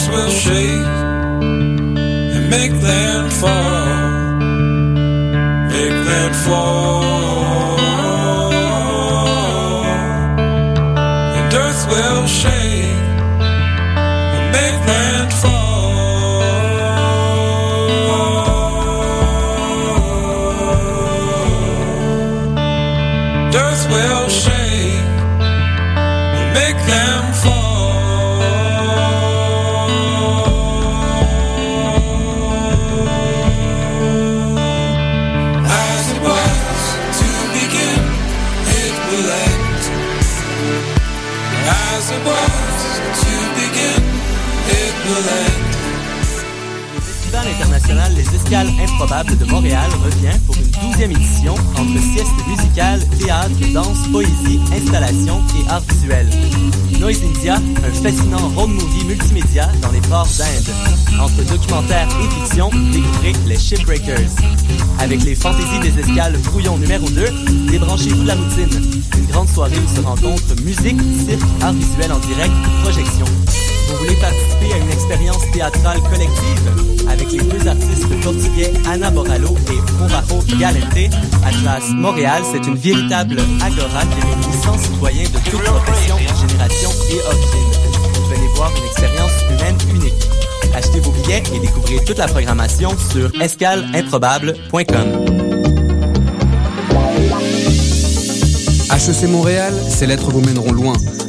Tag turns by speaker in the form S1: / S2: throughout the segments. S1: shade and make landfall. Make landfall. And earth will shake and make landfall. Earth will shake and make them fall. As it was to begin, it will end. As it was to begin, it will end.
S2: Le Festival international Les Escales Improbables de Montréal revient pour une douzième édition entre siestes musicales, théâtre, danse, poésie, installation et arts visuels. Noise India, un fascinant road movie multimédia dans les ports d'Inde. Entre documentaire et fiction, découvrez les Shipbreakers. Avec les fantaisies des escales brouillon numéro 2, débranchez-vous de la routine. Une grande soirée où se rencontrent musique, cirque, arts visuels en direct, projection. Vous voulez participer à une expérience théâtrale collective avec les deux artistes portugais Ana Boralo et Romaro Galente. Atlas Montréal, c'est une véritable agora qui réunit 100 citoyens de toutes professions, générations et origines. Venez voir une expérience humaine unique. Achetez vos billets et découvrez toute la programmation sur escaleimprobable.com.
S3: HEC E Montréal, ces lettres vous mèneront loin.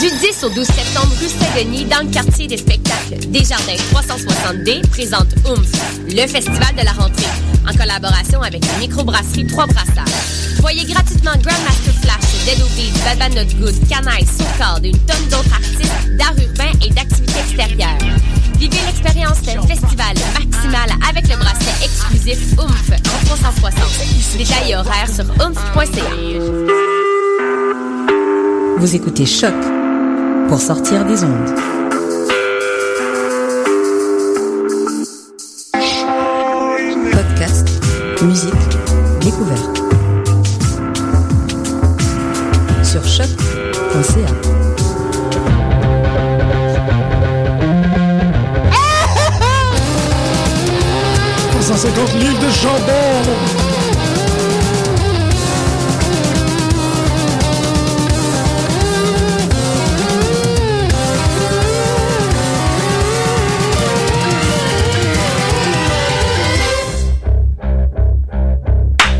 S4: Du 10 au 12 septembre, rue Saint-Denis, dans le quartier des spectacles Desjardins 360D, présente OOMF, le festival de la rentrée, en collaboration avec la microbrasserie Trois Brassards. Voyez gratuitement Grandmaster Flash, Dead Obeez, Baba Not Good, Canaille, Socard et une tonne d'autres artistes d'art urbain et d'activités extérieures. Vivez l'expérience d'un festival maximal avec le bracelet exclusif OOMF en 360. Détails et horaires sur oomph.ca.
S5: Vous écoutez Choc pour sortir des ondes. Podcast, musique, découverte. Sur choc.ca.
S6: livres de chambon.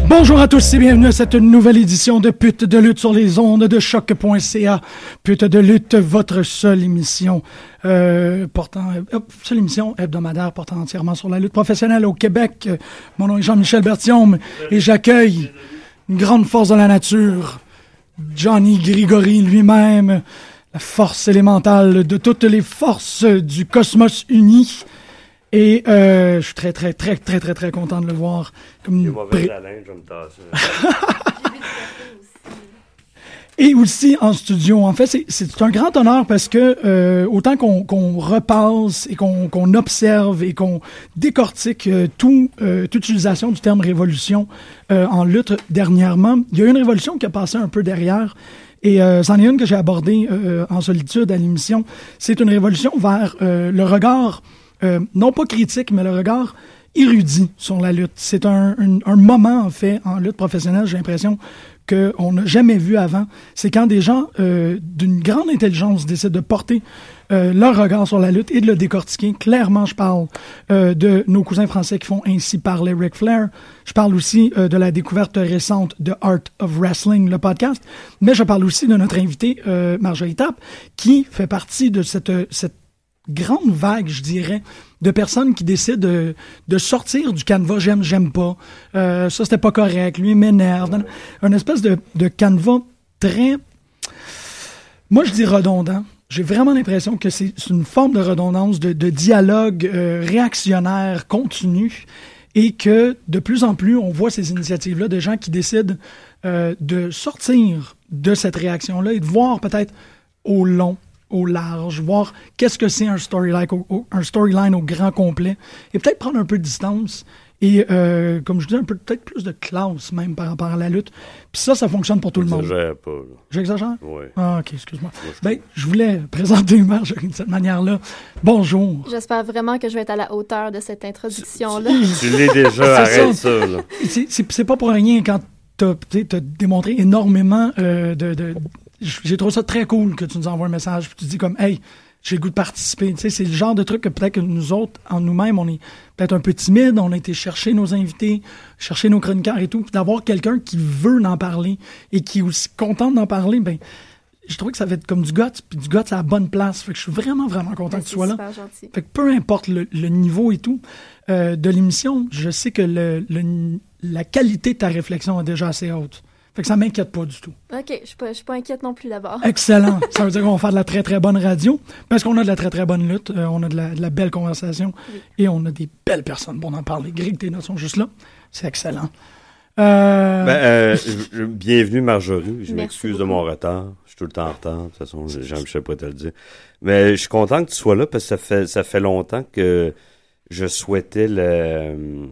S6: Bonjour à tous et bienvenue à cette nouvelle édition de Pute de lutte sur les ondes de choc.ca. Pute de lutte, votre seule émission euh, portant, euh, seule émission hebdomadaire portant entièrement sur la lutte professionnelle au Québec. Euh, Mon nom est Jean-Michel Berthiaume et j'accueille une grande force de la nature, Johnny Grigori lui-même, la force élémentale de toutes les forces du cosmos uni. Et euh, je suis très, très, très, très, très, très content de le voir. Comme
S7: Mauvais
S6: pré- Ah,
S7: haleine, je vais me tasser.
S6: Et aussi en studio. En fait, c'est- c'est un grand honneur parce que euh, autant qu'on qu'on repasse et qu'on qu'on observe et qu'on décortique euh, tout, euh, toute utilisation du terme révolution euh, en lutte dernièrement, il y a une révolution qui a passé un peu derrière. Et euh, c'en est une que j'ai abordée euh, en solitude à l'émission. C'est une révolution vers euh, le regard, euh, non pas critique, mais le regard érudit sur la lutte. C'est un, un- un moment, en fait, en lutte professionnelle, j'ai l'impression, qu'on n'a jamais vu avant. C'est quand des gens euh, d'une grande intelligence décident de porter euh, leur regard sur la lutte et de le décortiquer. Clairement, je parle euh, de nos cousins français qui font ainsi parler Ric Flair. Je parle aussi euh, de la découverte récente de Art of Wrestling, le podcast. Mais je parle aussi de notre invité, euh, Marjorie Tapp, qui fait partie de cette, cette grande vague, je dirais, de personnes qui décident de, de sortir du canevas j'aime, j'aime pas. Euh, ça, c'était pas correct. Lui, il m'énerve. Un espèce de, de canevas très. Moi, je dis redondant. J'ai vraiment l'impression que c'est c'est une forme de redondance, de, de dialogue euh, réactionnaire continu. et que de plus en plus, on voit ces initiatives-là de gens qui décident euh, de sortir de cette réaction-là et de voir peut-être au long, au large, voir qu'est-ce que c'est un storyline au, au- un storyline au grand complet et peut-être prendre un peu de distance et, euh, comme je dis, un peu peut-être plus de classe même par rapport à la lutte. Puis ça, ça fonctionne pour tout le monde.
S7: J'exagère pas, là.
S6: J'exagère?
S7: Oui.
S6: Ah, OK, excuse-moi. Ben, je voulais présenter Marjorie de cette manière-là. Bonjour.
S8: J'espère vraiment que je vais être à la hauteur de cette introduction-là.
S7: Tu l'es déjà,
S6: C'est ça.
S7: arrête ça, là.
S6: C'est- C'est c'est pas pour rien quand t'as t'sais, t'as démontré énormément euh, de. de- J'ai trouvé ça très cool que tu nous envoies un message puis tu dis comme Hey, j'ai le goût de participer. Tu sais, c'est le genre de truc que peut-être que nous autres, en nous-mêmes, on est peut-être un peu timide, on a été chercher nos invités, chercher nos chroniqueurs et tout. Puis d'avoir quelqu'un qui veut en parler et qui est aussi content d'en parler, ben je trouvais que ça va être comme du guts, puis du guts à la bonne place. Fait que je suis vraiment, vraiment content que tu
S8: C'est
S6: sois là.
S8: super gentil.
S6: Fait que peu importe le, le niveau et tout euh, de l'émission, je sais que le- le- la qualité de ta réflexion est déjà assez haute. Fait que ça m'inquiète pas du tout.
S8: OK, je ne suis, pas- je suis pas inquiète non plus d'abord.
S6: Excellent. ça veut dire qu'on va faire de la très très bonne radio parce qu'on a de la très très bonne lutte, euh, on a de la, de la belle conversation et on a des belles personnes pour en parler. Greg, tes notes sont juste là. C'est excellent. Euh,
S7: Ben, euh, je- je- bienvenue Marjorie. Je
S8: Merci
S7: m'excuse de
S8: beaucoup.
S7: mon retard. Je suis tout le temps en retard. De toute façon, je- Jean-Michel pourrait te le dire. Mais je suis content que tu sois là parce que ça fait, ça fait longtemps que je souhaitais le- hum,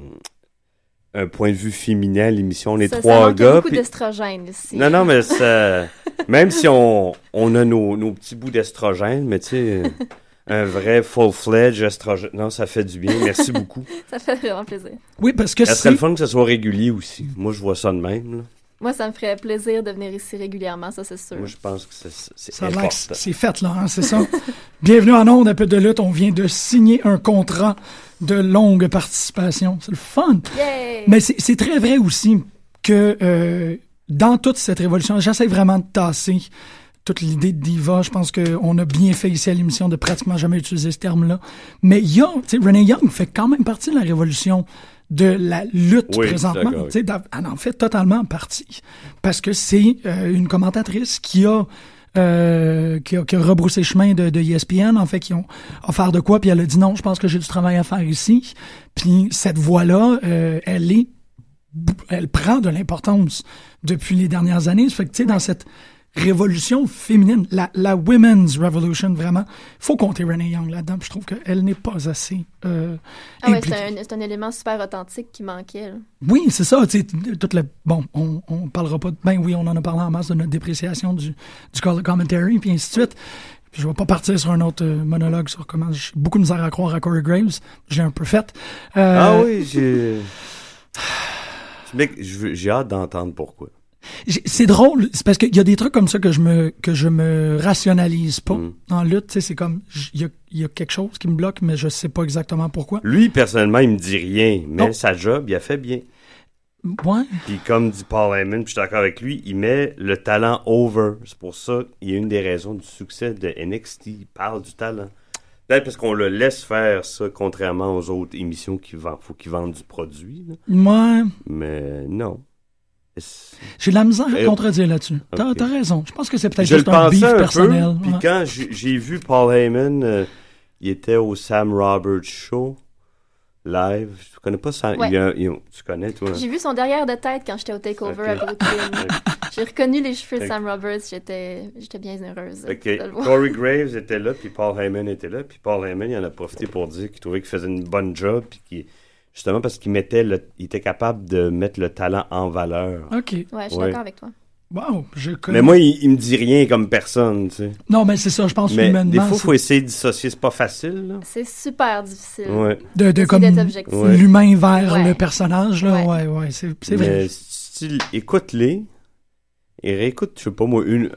S7: un point de vue féminin à l'émission. Les
S8: ça, ça
S7: trois
S8: manquait
S7: gars.
S8: beaucoup
S7: puis-
S8: d'estrogène ici.
S7: Non, non, mais ça, même si on, on a nos, nos petits bouts d'estrogène, mais tu sais, un vrai full-fledged estrogène, non, ça fait du bien. Merci beaucoup.
S8: Ça fait vraiment plaisir.
S6: oui, parce que
S7: Ça serait
S6: c'est
S7: le fun que ce soit régulier aussi. Moi, je vois ça de même. là.
S8: Moi, ça me ferait plaisir de venir ici régulièrement, ça c'est sûr.
S7: Moi, je pense que c'est- c'est
S6: Ça a l'air que
S7: important.
S6: c'est c'est fait, là, hein, c'est ça. Bienvenue en onde, un peu de lutte. On vient de signer un contrat de longue participation. C'est le fun.
S8: Yay!
S6: Mais c'est c'est très vrai aussi que euh, dans toute cette révolution, j'essaie vraiment de tasser toute l'idée de diva. Je pense qu'on a bien fait ici à l'émission de pratiquement jamais utiliser ce terme-là. Mais il y a, tu sais, Renee Young fait quand même partie de la révolution de la lutte
S7: Oui,
S6: présentement.
S7: d'accord.
S6: Tu sais, d'av- Elle en fait totalement partie. Parce que c'est euh, une commentatrice qui a, euh, qui a qui a rebroussé chemin de, E de ESPN, en fait, qui ont offert de quoi, puis elle a dit non, je pense que j'ai du travail à faire ici. Puis cette voie-là, euh, elle est elle prend de l'importance depuis les dernières années. Ça fait que, tu sais, dans cette révolution féminine, la, la Women's Revolution, vraiment, faut compter Renee Young là-dedans. puis Je trouve qu'elle n'est pas assez euh,
S8: Ah ouais,
S6: impliquée.
S8: c'est un, c'est un élément super authentique qui manquait. là.
S6: Oui, c'est ça. tu sais, Toute la... Bon, on, on parlera pas. de- Ben oui, on en a parlé en masse de notre dépréciation du, du color commentary, puis ainsi de suite. Puis je vais pas partir sur un autre euh, monologue sur comment j'ai beaucoup de misère à croire à Corey Graves. J'ai un peu fait. Euh,
S7: Ah oui, j'ai. Je m'ex- je veux- J'ai hâte d'entendre pourquoi.
S6: J'ai- C'est drôle, c'est parce qu'il y a des trucs comme ça que je me que je me rationalise pas
S7: Mm.
S6: en lutte. tu sais, C'est comme j- il y a, il y a quelque chose qui me bloque, mais je sais pas exactement pourquoi.
S7: Lui, personnellement, il me dit rien, mais
S6: Non.
S7: sa job, il a fait bien.
S6: Ouais,
S7: Puis comme dit Paul Heyman, puis je suis d'accord avec lui, il met le talent over. C'est pour ça qu'il y a une des raisons du succès de NXT. Il parle du talent. Peut-être parce qu'on le laisse faire ça, contrairement aux autres émissions qui vendent, faut qu'ils vendent du produit. là.
S6: moi,
S7: Mais non. C'est-
S6: j'ai de la misère à te
S7: Eh,
S6: contredire là-dessus. T'as
S7: ok.
S6: t'as raison. Je pense que c'est peut-être
S7: Je le
S6: juste un beef
S7: pensais un
S6: personnel.
S7: peu. Puis
S6: ouais.
S7: quand j'ai j'ai vu Paul Heyman, euh, il était au Sam Roberts Show live. Tu connais pas Sam?
S8: Ouais.
S7: il y a- il y a- tu connais, toi? hein?
S8: J'ai vu son derrière de tête quand j'étais au Takeover à
S7: Ok.
S8: Brooklyn. J'ai reconnu les cheveux de
S7: Ok.
S8: Sam Roberts, j'étais j'étais bien heureuse
S7: Ok.
S8: de le voir.
S7: Corey Graves était là, puis Paul Heyman était là, puis Paul Heyman, il en a profité pour dire qu'il trouvait qu'il faisait une bonne job, puis qu'il- justement parce qu'il mettait le, il était capable de mettre le talent en valeur.
S6: Ok.
S8: Ouais, je suis
S7: Ouais.
S8: d'accord avec toi.
S6: Wow, je connais.
S7: Mais moi, il, il me dit rien comme personne, tu sais.
S6: non, mais c'est ça. Je pense
S7: Mais des
S6: humainement
S7: fois,
S6: c'est
S7: faut essayer de dissocier, c'est pas facile, là.
S8: C'est super difficile.
S7: Ouais.
S6: de, de
S8: Essayer
S6: comme
S8: d'être objectif.
S7: Ouais.
S6: l'humain vers
S8: Ouais.
S6: le personnage là. Ouais, ouais,
S8: Ouais.
S6: c'est c'est vrai.
S7: Mais si tu l- écoute-les et réécoute, je sais pas moi, une.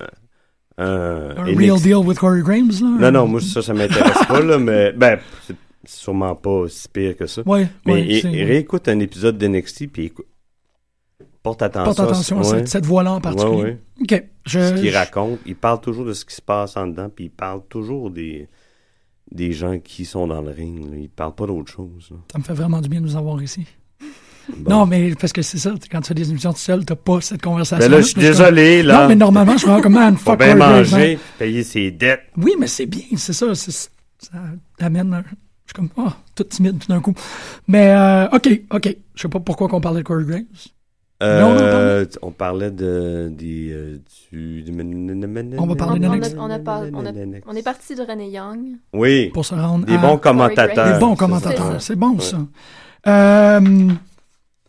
S7: un-
S6: Un
S7: un
S6: real
S7: NXT.
S6: deal with Corey Graves là.
S7: Non, non, moi, ça, ça m'intéresse pas, là, mais ben, c'est sûrement pas si pire que ça.
S6: Ouais,
S7: Mais
S6: ouais,
S7: é-
S6: c'est-
S7: réécoute un épisode d'NXT, puis écoute. Porte attention,
S6: Porte attention à
S7: ce- ouais.
S6: cette, cette voix-là en particulier.
S7: Ouais, ouais.
S6: OK. Je,
S7: Ce qu'il
S6: je-
S7: raconte, il parle toujours de ce qui se passe en dedans, puis il parle toujours des, des gens qui sont dans le ring. Là. Il parle pas d'autre chose. là.
S6: Ça me fait vraiment du bien de nous avoir ici.
S7: Bon.
S6: Non, mais parce que c'est ça, quand tu fais des émissions tout seul, t'as pas cette conversation.
S7: Ben là, je suis désolé, là.
S6: Non, mais normalement, je suis vraiment comme man,
S7: Faut
S6: fuck Corey
S7: bien
S6: Graves,
S7: manger, payer ses dettes.
S6: hein. Oui, mais c'est bien, c'est ça. c'est- ça amène un- Je suis comme, ah, tout timide tout d'un coup. Mais, euh, OK, OK. Je sais pas pourquoi qu'on parlait de Corey Graves. Non, non,
S7: Euh, On parlait de, des, euh, du...
S6: On va
S8: On,
S6: parler de
S8: on
S6: Lennox.
S8: a- on a par- on a- on est parti de René Young.
S7: Oui,
S6: Pour se rendre
S7: des
S6: à-
S7: bons commentateurs.
S6: Des bons
S7: c'est ça.
S6: commentateurs. C'est bon,
S7: Ouais.
S6: ça. Euh,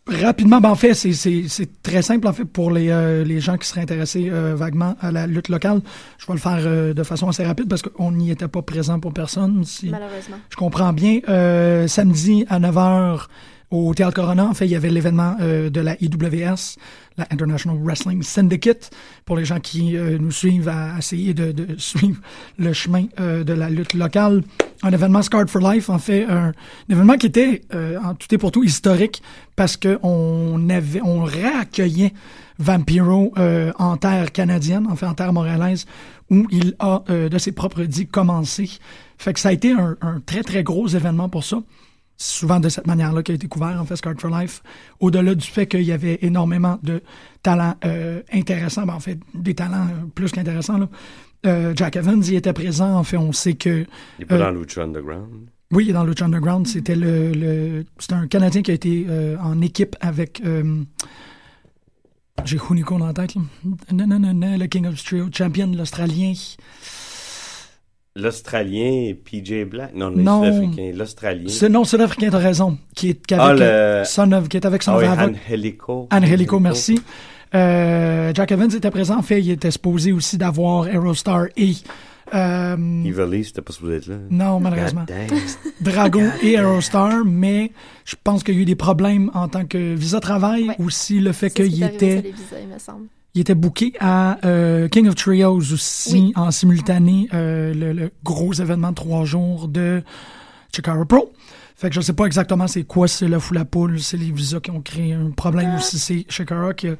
S6: rapidement, ben, en fait, c'est- c'est c'est très simple, en fait, pour les, euh, les gens qui seraient intéressés euh, vaguement à la lutte locale. Je vais le faire euh, de façon assez rapide parce qu'on n'y était pas présent pour personne. Si
S8: Malheureusement.
S6: je comprends bien, euh, samedi à 9h au Théâtre Corona, en fait, il y avait l'événement euh, de la IWS, la International Wrestling Syndicate, pour les gens qui euh, nous suivent à essayer de, de suivre le chemin euh, de la lutte locale. Un événement Scarred for Life, en fait, un, un événement qui était euh, en tout et pour tout historique parce qu'on avait, on réaccueillait Vampiro euh, en terre canadienne, en fait en terre montréalaise, où il a, euh, de ses propres dits, commencé. Fait que ça a été un, un très, très gros événement pour ça. C'est souvent de cette manière-là qu'a été couvert, en fait, Scarred for Life. Au-delà du fait qu'il y avait énormément de talents euh, intéressants, ben, en fait, des talents euh, plus qu'intéressants, là. Euh, Jack Evans y était présent. En fait, on sait que
S7: Il est pas
S6: Euh,
S7: dans Lucha Underground.
S6: oui, il est dans le Underground. C'était le, le- c'est un Canadien qui a été euh, en équipe avec. euh, j'ai Hunico dans la tête. là. Non, non, non, non, le King of Trio, champion l'Australien.
S7: L'Australien, PJ Black. Non,
S6: Non.
S7: le Sud-Africain. L'Australien.
S6: C'est non, sud-africain, t'as raison. Qui est, qui
S7: Ah,
S6: avec,
S7: le-
S6: euh, son of- qui est avec son
S7: Ah oui,
S6: avocat.
S7: Angelico.
S6: Angelico, merci. Euh, Jack Evans était présent. En fait, il était supposé aussi d'avoir Aerostar et. euh,
S7: Evil Lee, c'était pas supposé être là.
S6: non, malheureusement.
S7: God damn.
S6: Drago et Aerostar, mais je pense qu'il y a eu des problèmes en tant que visa travail,
S8: Ouais.
S6: aussi le fait
S8: C'est ce qui
S6: qu'il
S8: est arrivé aux
S6: était,
S8: téléviseurs, il me semble.
S6: il était booké à euh, King of Trios aussi,
S8: Oui.
S6: en simultané, euh, le, le gros événement de trois jours de Chicago Pro. Fait que je sais pas exactement c'est quoi, c'est la foule à poule, c'est les visas qui ont créé un problème
S8: Ah.
S6: ou si c'est Shakara qui a,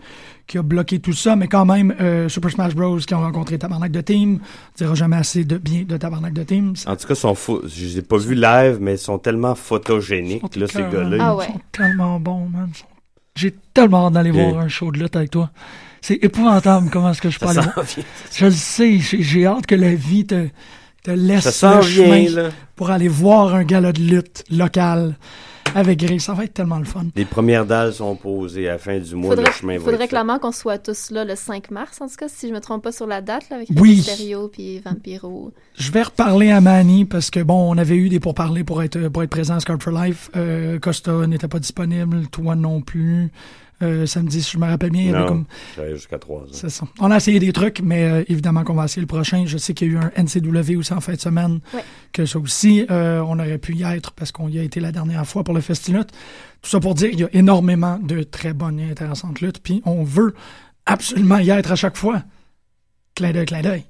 S6: qui a bloqué tout ça, mais quand même, euh, Super Smash Bros. qui ont rencontré Tabarnak de Team, on dira jamais assez de bien de Tabarnak de Team.
S7: En tout cas, sont fou... je les ai pas vus live, mais ils sont tellement photogéniques, là, ces
S6: Écœurant.
S7: gars-là.
S8: Ah
S6: Ils
S8: ouais.
S6: sont tellement bons, man. Ils sont- J'ai tellement hâte d'aller
S7: Yeah.
S6: voir un show de lutte avec toi. C'est épouvantable comment est-ce que je
S7: Ça
S6: parle.
S7: s'en vient.
S6: Je le sais, j'ai j'ai hâte que la vie te, te laisse
S7: Ça s'en
S6: le
S7: vient,
S6: chemin
S7: là.
S6: pour aller voir un gala de lutte local avec Grey. Ça va être tellement le fun.
S7: Les premières dalles sont posées à la fin du mois,
S8: Faudrait,
S7: le chemin va
S8: faudrait
S7: être fait.
S8: clairement qu'on soit tous là le 5 mars, en tout cas, si je me trompe pas sur la date, là, avec
S6: Oui.
S8: Mysterio puis Vampiro.
S6: Je vais reparler à Manny parce que bon, on avait eu des pourparlers pour être pour être présent à Scarred for Life. Euh, Costa n'était pas disponible, toi non plus. Euh, samedi, si je me rappelle bien, il y avait
S7: Non,
S6: comme
S7: j'arrive jusqu'à 3 ans.
S6: C'est ça. On a essayé des trucs, mais euh, évidemment qu'on va essayer le prochain. Je sais qu'il y a eu un NCW aussi en fin de semaine.
S8: Ouais.
S6: Que ça aussi, euh, on aurait pu y être parce qu'on y a été la dernière fois pour le Festinut. Tout ça pour dire qu'il y a énormément de très bonnes et intéressantes luttes. Puis on veut absolument y être à chaque fois. Clin d'œil, clin d'œil.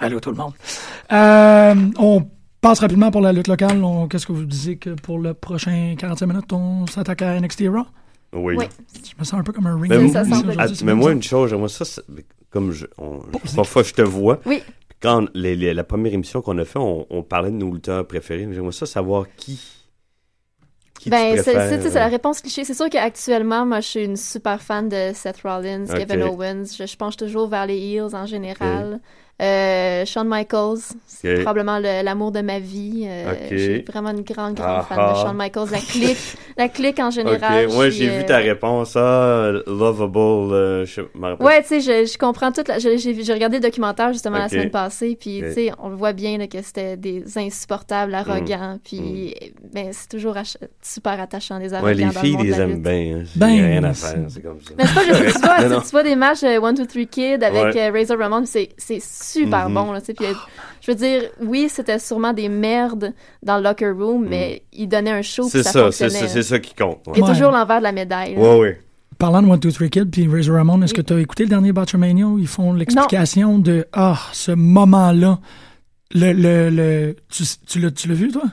S6: Allô tout le monde. Euh, on passe rapidement pour la lutte locale. On- Qu'est-ce que vous disiez que pour le prochain 45 minutes, on s'attaque à NXT Raw?
S7: Oui.
S8: Oui.
S6: Je me sens un peu comme un ring.
S7: Mais, moi-
S8: Ça, ça semble-
S7: Ah,
S6: aujourd'hui, c'est
S7: mais
S6: comme
S7: moi,
S6: ça.
S7: une chose, moi, ça, c'est- comme je, on, parfois je te vois,
S8: Oui.
S7: quand les- les- la première émission qu'on a fait, on, on parlait de nos lutteurs préférés. mais J'aimerais ça savoir qui. qui
S8: Ben,
S7: tu
S8: c'est-
S7: préfères,
S8: c'est tu sais, c'est
S7: euh,
S8: la réponse cliché. C'est sûr qu'actuellement, moi, je suis une super fan de Seth Rollins,
S7: Ok.
S8: Kevin Owens. Je, je penche toujours vers les heels en général. Euh, Shawn Michaels, c'est
S7: Ok.
S8: probablement le- l'amour de ma vie. Euh,
S7: Ok.
S8: Je suis vraiment une grande, grande
S7: Ah
S8: fan
S7: ah.
S8: de Shawn Michaels. La clique, la clique en général.
S7: Ok, ouais,
S8: je suis,
S7: j'ai
S8: euh,
S7: vu ta réponse. Ah, lovable. euh, je m'en rappelle.
S8: Ouais, tu sais, je, je comprends tout. la- je- J'ai j'ai regardé le documentaire justement la
S7: Ok.
S8: semaine passée, puis
S7: Ok. Mm.
S8: tu sais, on le voit bien là, que c'était des insupportables, arrogants, puis ben, c'est toujours ach- super attachant les arrogants.
S7: Ouais, les
S8: dans le
S7: filles
S8: monde de
S7: les
S8: la
S7: aiment
S8: lutte.
S7: bien. hein. C'est
S6: Ben,
S7: rien à
S6: c'est-
S7: faire, c'est comme ça.
S8: Mais c'est pas juste que tu vois,
S7: Non,
S8: tu-
S7: non.
S8: tu vois des matchs euh, One, Two, Three Kid avec
S7: Ouais.
S8: euh, Razor Ramon, c'est c'est super
S7: Mhm.
S8: bon. Là, tu sais, puis, euh, je veux dire, oui, c'était sûrement des merdes dans le locker room, mais ils donnaient un show
S7: Mm. C'est
S8: puis ça,
S7: ça, c'est
S8: fonctionnait. hein.
S7: c'est- c'est ça qui compte.
S8: Il y
S7: Ouais,
S8: a
S6: Ouais.
S8: toujours l'envers de la médaille. là.
S7: ouais. ouais.
S6: Parlant de One, Two, Three Kid puis Razor Ramon, est-ce que
S8: Oui.
S6: tu as écouté le dernier Batchmania où ils font l'explication de Ah, ce moment-là, le, le, le, tu, tu l'as, tu l'as vu, toi?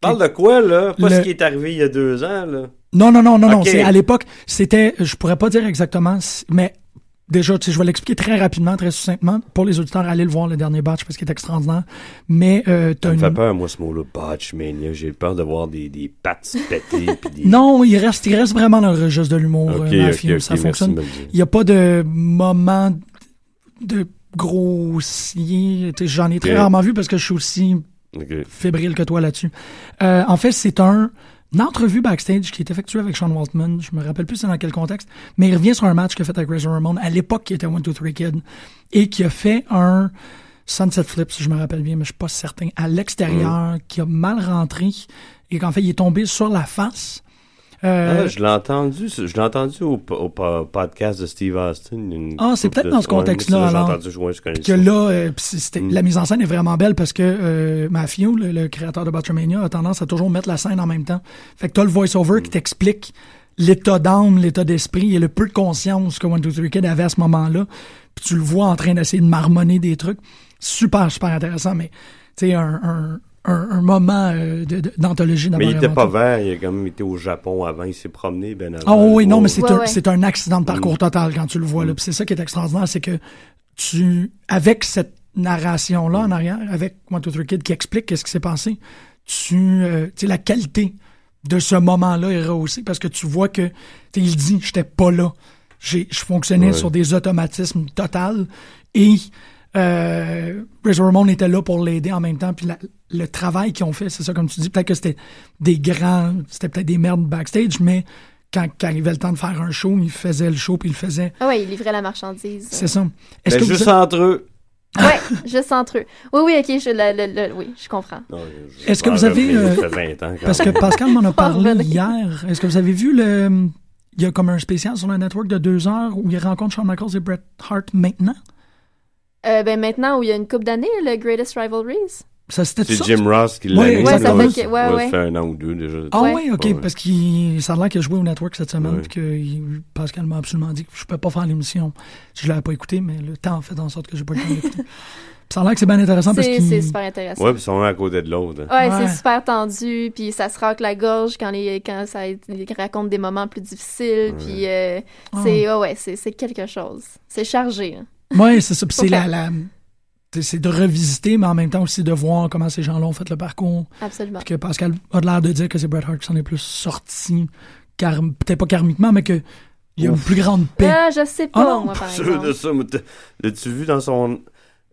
S7: Parle de quoi, là Pas
S6: Le-
S7: ce qui est arrivé il y a deux ans, là.
S6: Non, non, non, non, non.
S7: Ok.
S6: C'est à l'époque, c'était, je pourrais pas dire exactement, si- mais déjà, tu sais, je vais l'expliquer très rapidement, très succinctement. Pour les auditeurs, allez le voir, le dernier batch, parce qu'il est extraordinaire. Mais, euh, t'as
S7: Ça me
S6: une-
S7: fait peur, moi, ce mot-là, botchmania. J'ai peur de voir des, des pattes se péter. puis des...
S6: Non, il reste, il reste vraiment dans le registre de l'humour
S7: Ok,
S6: euh,
S7: ok,
S6: mafieux,
S7: ok,
S6: ça
S7: merci
S6: fonctionne.
S7: de me le dire.
S6: Il n'y a pas de moment de grossier. Tu sais, J'en ai très
S7: Ok.
S6: rarement vu parce que je suis aussi
S7: Ok.
S6: fébrile que toi là-dessus. Euh, en fait, c'est un une entrevue backstage qui est effectuée avec Sean Waltman. Je me rappelle plus c'est dans quel contexte, mais il revient sur un match qu'il a fait avec Razor Ramon à l'époque qui était One Two Three Kid et qui a fait un sunset flip, si je me rappelle bien, mais je suis pas certain, à
S7: Mm.
S6: l'extérieur, qui a mal rentré et qu'en fait il est tombé sur la face. Euh,
S7: Ah, je l'ai entendu, je l'ai entendu au, po- au po- podcast de Steve Austin. une
S6: Ah, c'est
S7: couple
S6: peut-être
S7: de-
S6: dans ce
S7: Ouais, moi,
S6: contexte-là,
S7: c'est là,
S6: alors.
S7: J'ai entendu, ouais, je connais
S6: que
S7: ça. Mm.
S6: là, euh, pis c'est- c'était- la mise en scène est vraiment belle parce que euh, Matthew, le, le créateur de Butchermania, a tendance à toujours mettre la scène en même temps. Fait que t'as le voice-over
S7: Mm.
S6: qui t'explique l'état d'âme, l'état d'esprit et le peu de conscience que One Two Three Kid avait à ce moment-là. Puis tu le vois en train d'essayer de marmonner des trucs. Super, super intéressant, mais tu sais, un, un, un, un moment euh, de- de- d'anthologie
S7: Mais
S6: d'abord
S7: il
S6: et
S7: était
S6: avant
S7: pas
S6: tout.
S7: vert, il a quand même été au Japon avant, il s'est promené ben avant.
S6: Ah oui, non, mais c'est
S8: Ouais,
S6: un,
S8: ouais.
S6: c'est un accident de parcours total quand tu le vois. là. Puis C'est ça qui est extraordinaire, c'est que tu, avec cette narration-là en arrière, avec One, Two, Three Kid qui explique qu'est-ce qui s'est passé, tu, euh, tu sais, la qualité de ce moment-là est rehaussée parce que tu vois que, tu sais, il dit, j'étais pas là. J'ai, je fonctionnais sur des automatismes total et euh, Razor Ramon était là pour l'aider en même temps. Puis la- le travail qu'ils ont fait, c'est ça, comme tu dis, peut-être que c'était des grands, c'était peut-être des merdes backstage, mais quand, quand arrivait le temps de faire un show, ils faisaient le show, puis ils le faisaient.
S8: Ah ouais, ils livraient la marchandise.
S6: C'est ça.
S7: Mais
S6: Est-ce que vous-
S7: Ben, juste entre eux.
S8: Ouais, juste entre eux. Oui, oui, ok, je, le, le- le- oui, je comprends.
S7: Non, je-
S6: Est-ce que vous
S7: je-
S6: avez,
S7: Ça
S6: euh,
S7: fait 20 ans. quand
S6: Parce que
S7: même.
S6: Pascal m'en a parlé
S8: Pardonnez.
S6: hier. Est-ce que vous avez vu le. Il y a comme un spécial sur le network de deux heures où il rencontre Shawn Michaels et Bret Hart maintenant.
S8: Euh, ben maintenant, où il y a une couple d'années, le Greatest Rivalries.
S6: Ça, c'était
S7: C'est
S6: ça?
S7: Jim Ross qui l'a
S6: Ouais,
S7: mis,
S6: ouais, ça
S7: là,
S6: fait
S8: que- ouais, ouais.
S7: Ça fait un an ou deux déjà.
S6: Ah
S8: Ouais.
S6: oui, ok,
S7: Ouais.
S6: parce qu'il ça a l'air qu'il a joué au network cette semaine,
S7: Ouais.
S6: puis que il- Pascal m'a absolument dit que je peux pas faire l'émission. Je l'avais pas écouté, mais le temps fait en sorte que j'ai pas le temps d'écouter. Puis ça a l'air que c'est bien intéressant parce
S8: C'est
S6: qu'il
S8: c'est super intéressant.
S7: Ouais, puis ils sont un à côté de l'autre. hein.
S8: Ouais,
S6: Ouais.
S8: c'est super tendu, puis ça se racle la gorge quand, les, quand ça ils racontent des moments plus difficiles, puis euh, c'est ah ouais, c'est c'est quelque chose. C'est chargé. hein.
S6: Oui, c'est ça. Puis c'est
S8: Faut
S6: la,
S8: faire.
S6: la- c'est- c'est de revisiter, mais en même temps aussi de voir comment ces gens-là ont fait le parcours.
S8: Absolument.
S6: Puis que Pascal a l'air de dire que c'est Bret Hart qui s'en est plus sorti, car, peut-être pas karmiquement, mais qu'il y a une plus grande paix.
S8: Ah, je sais
S6: Ah
S8: pas,
S6: non,
S8: moi, par
S7: Sûr de
S8: exemple.
S7: ça, mais t'as- l'as-tu vu dans son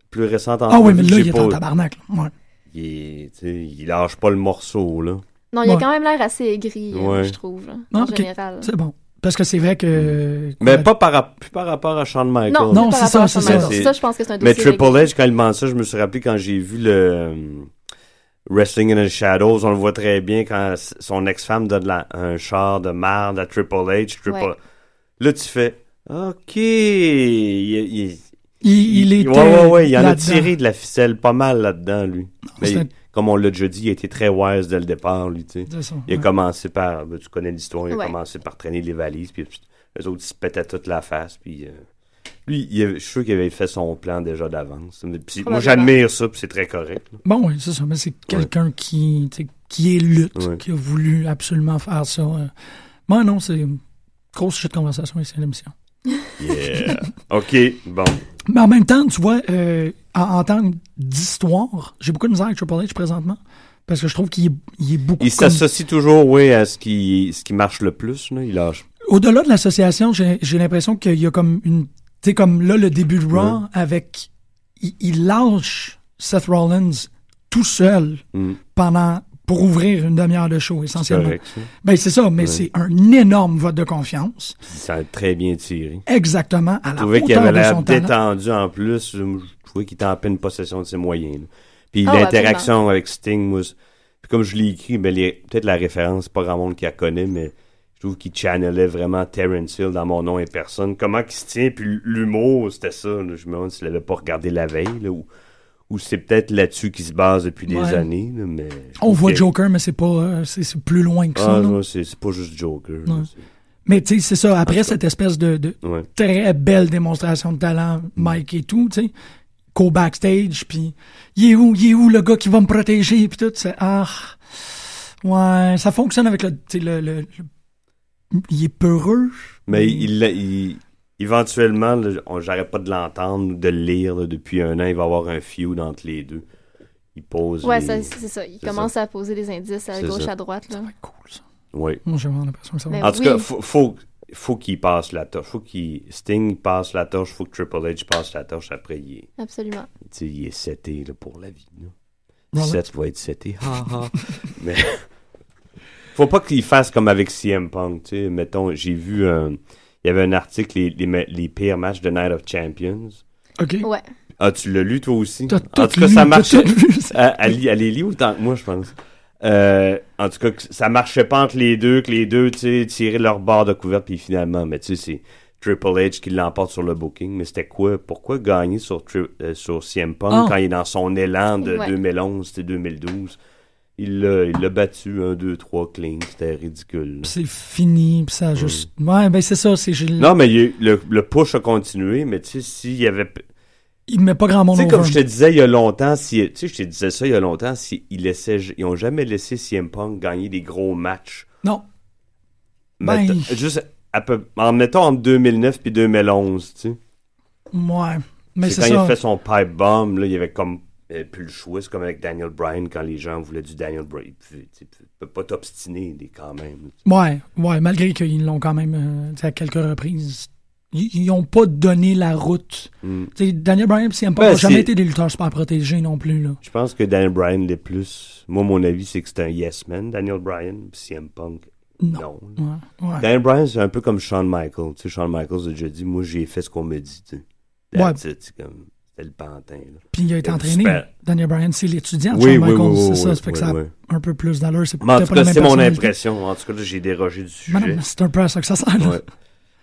S7: plus récent
S6: ah oui, mais là,
S7: j'ai
S6: il est en
S7: pas-
S6: tabarnak. là. Ouais.
S8: Euh.
S7: Il, est- tu sais, il lâche pas le morceau, là.
S8: Non, il a
S6: Ouais.
S8: quand même l'air assez aigri, hein,
S7: Ouais.
S8: je trouve, là,
S6: Ah,
S8: en
S6: ok.
S8: général.
S6: C'est bon. Parce que c'est vrai que.
S7: Hmm. Mais pas par, rap- plus par rapport à Shawn Michaels.
S8: Non,
S6: Non,
S8: par
S6: c'est ça,
S8: rapport à
S6: c'est
S8: Shawn
S7: ça.
S8: Michaels. Ça, je pense que Ah, c'est un
S7: Mais
S8: dossier
S7: Triple
S8: réglé.
S7: H, quand il ment ça, je me suis rappelé quand j'ai vu le euh, Wrestling in the Shadows, on le voit très bien quand s- son ex-femme donne la- un char de marde à Triple H. Triple...
S8: Ouais.
S7: Là, tu fais OK. Il, il-
S6: Il, il était.
S7: Ouais, ouais, ouais, il en a
S6: là-dedans.
S7: tiré de la ficelle pas mal là-dedans, lui. Mais
S6: c'est
S7: il-
S6: un-
S7: comme on l'a déjà dit, il était très wise dès le départ, lui, tu sais.
S6: C'est ça,
S7: Il a
S6: ouais.
S7: commencé par, ben, tu connais l'histoire, il a
S8: Ouais.
S7: commencé par traîner les valises, puis pff, eux autres, ils se pétaient toute la face, puis... euh, lui, il avait- je suis sûr qu'il avait fait son plan déjà d'avance. Mais- puis Moi,
S8: Probablement.
S7: j'admire ça, puis c'est très correct. là.
S6: Bon, oui, c'est ça. Mais c'est quelqu'un qui, tu sais, qui est lutte,
S7: Ouais.
S6: qui a voulu absolument faire ça. euh. Moi, non, c'est grosse chute de conversation ici à l'émission.
S7: Yeah. OK, bon.
S6: Mais en même temps, tu vois, euh, en, en termes d'histoire, j'ai beaucoup de misère avec Triple H présentement. Parce que je trouve qu'il est, il est beaucoup.
S7: Il
S6: comme-
S7: s'associe toujours, oui, à ce qui, ce qui marche le plus, là. Il lâche.
S6: Au-delà de l'association, j'ai j'ai l'impression qu'il y a comme une. Tu sais, comme là, le début de Raw avec. Il, il lâche Seth Rollins tout seul pendant. pour ouvrir une demi-heure de show,
S7: Mm. C'est
S6: essentiellement.
S7: correct, ça.
S6: Ben, c'est ça, mais c'est un énorme vote de confiance.
S7: Il s'est très bien tiré.
S6: Exactement à la
S7: Je trouvais qu'il
S6: hauteur
S7: avait
S6: de
S7: l'air
S6: son talent.
S7: détendu en plus. Je je trouvais qu'il était en pleine possession de ses moyens. là. Puis
S8: Ah, ouais,
S7: l'interaction avec Sting, moi, c'est- puis comme je l'ai écrit, ben, les- peut-être la référence, pas grand monde qui la connaît, mais je trouve qu'il channelait vraiment Terence Hill dans Mon nom et personne. Comment qu'il se tient, puis l'humour, c'était ça. là. Je me demande s'il l'avait pas regardé la veille, là, ou, ou c'est peut-être là-dessus qu'il se base depuis
S6: Ouais.
S7: des années. là, mais je
S6: On
S7: trouve
S6: voit
S7: que-
S6: Joker, mais c'est pas, euh, c'est c'est plus loin que ça.
S7: Ah,
S6: là.
S7: non, c'est c'est pas juste Joker. là, c'est-
S6: Mais tu sais, c'est ça. Après
S7: Ah,
S6: cette espèce de, de
S7: Ouais.
S6: très belle démonstration de talent,
S7: Mm.
S6: Mike et tout, tu sais, qu'au backstage, puis il est où, il est où le gars qui va me protéger, puis tout, c'est ah, ouais, ça fonctionne avec le, tu sais, le, le- le- il est peureux.
S7: Mais il, l'a- il- éventuellement, là, on- j'arrête pas de l'entendre ou de le lire là, depuis un an. Il va avoir un feud entre les deux. Il pose.
S8: Ouais,
S7: les-
S8: ça, c'est c'est ça. Il
S7: C'est
S8: commence à poser des indices à
S7: C'est
S8: gauche,
S7: ça.
S8: à droite. Là.
S6: Cool, ça.
S7: Ouais.
S6: Moi, j'ai vraiment l'impression que ça va.
S8: Mais
S7: En tout
S8: Ben oui.
S7: cas, faut, faut, faut qu'il passe la torche. Faut qu'il Sting passe la torche. Faut que Triple H passe la torche. Après, il est,
S8: Absolument.
S7: tu sais, il est seté là, pour la vie. là. 17, tu vas être 17 ha, ha. Mais faut pas qu'ils fassent comme avec CM Punk, tu sais. Mettons, j'ai vu un... Il y avait un article, les, les, ma- les pires matchs de Night of Champions.
S6: OK.
S8: Ouais.
S7: Ah, tu l'as lu toi aussi?
S6: T'as
S7: en
S6: tout
S7: tout cas,
S6: lu,
S7: ça
S6: t'as
S7: marchait.
S6: tout lu, ça.
S7: Euh, Elle, lit- elle les lit autant que moi, je pense. Euh, en tout cas, que ça marchait pas entre les deux, que les deux tu sais, tiraient leur barre de couverte, puis finalement, mais tu sais, c'est Triple H qui l'emporte sur le booking. Mais c'était quoi? Pourquoi gagner sur, Tri- euh, sur CM Punk
S6: Ah.
S7: quand il est dans son élan de
S8: Ouais.
S7: 2011, c'était 2012? Il l'a il l'a battu, 1, 2, 3, clean. C'était ridicule. là.
S6: Puis c'est fini, puis ça a juste. Ouais, ben c'est ça, c'est je-
S7: Non, mais il y a eu- le, le push a continué, mais tu sais, s'il y avait...
S6: il met pas grand monde
S7: Tu sais,
S6: over.
S7: comme je te disais il y a longtemps, si, tu sais, je te disais ça il y a longtemps, si, ils, laissaient, ils ont jamais laissé CM Punk gagner des gros matchs.
S6: Non, Ben,
S7: Mettons-
S6: il-
S7: juste à peu, en mettant entre 2009 puis 2011, tu sais.
S6: ouais. Mais
S7: C'est
S6: Ben, c'est
S7: quand il
S6: ça.
S7: a fait son pipe bomb, là, il y avait comme euh, plus le choix. C'est comme avec Daniel Bryan, quand les gens voulaient du Daniel Bryan. Tu sais, tu peux pas t'obstiner des- quand même.
S6: Ouais, ouais, malgré qu'ils l'ont quand même euh, tu sais, à quelques reprises. Ils ils ont pas donné la route. Tu sais, Daniel Bryan et CM Punk
S7: Hmm. Ben,
S6: n'ont jamais
S7: c'est-
S6: été des lutteurs super protégés non plus. Là.
S7: Je pense que Daniel Bryan l'est plus. Moi, mon avis, c'est que c'est un yes man, Daniel Bryan, puis CM Punk.
S6: Non.
S7: non là.
S6: Ouais, ouais.
S7: Daniel Bryan, c'est un peu comme Shawn Michaels. Tu sais, Shawn Michaels a déjà dit Moi, j'ai fait ce qu'on me dit. tu sais. That's it, c'est comme- C'était le pantin. là.
S6: Puis il a été
S7: Euh,
S6: entraîné.
S7: super.
S6: Daniel Bryan, c'est l'étudiant. de
S7: Oui,
S6: Shawn
S7: oui, oui,
S6: Michaels,
S7: oui,
S6: c'est ça.
S7: oui,
S6: ça fait que
S7: oui,
S6: ça a
S7: oui.
S6: un peu plus d'allure. C'est
S7: Mais en
S6: peut-être pas
S7: tout
S6: la
S7: cas,
S6: même
S7: c'est mon
S6: personnalité.
S7: impression. En tout cas, là, j'ai dérogé du
S6: Mais non,
S7: sujet.
S6: mais c'est un peu à ça que ça sert. là.
S7: Ouais.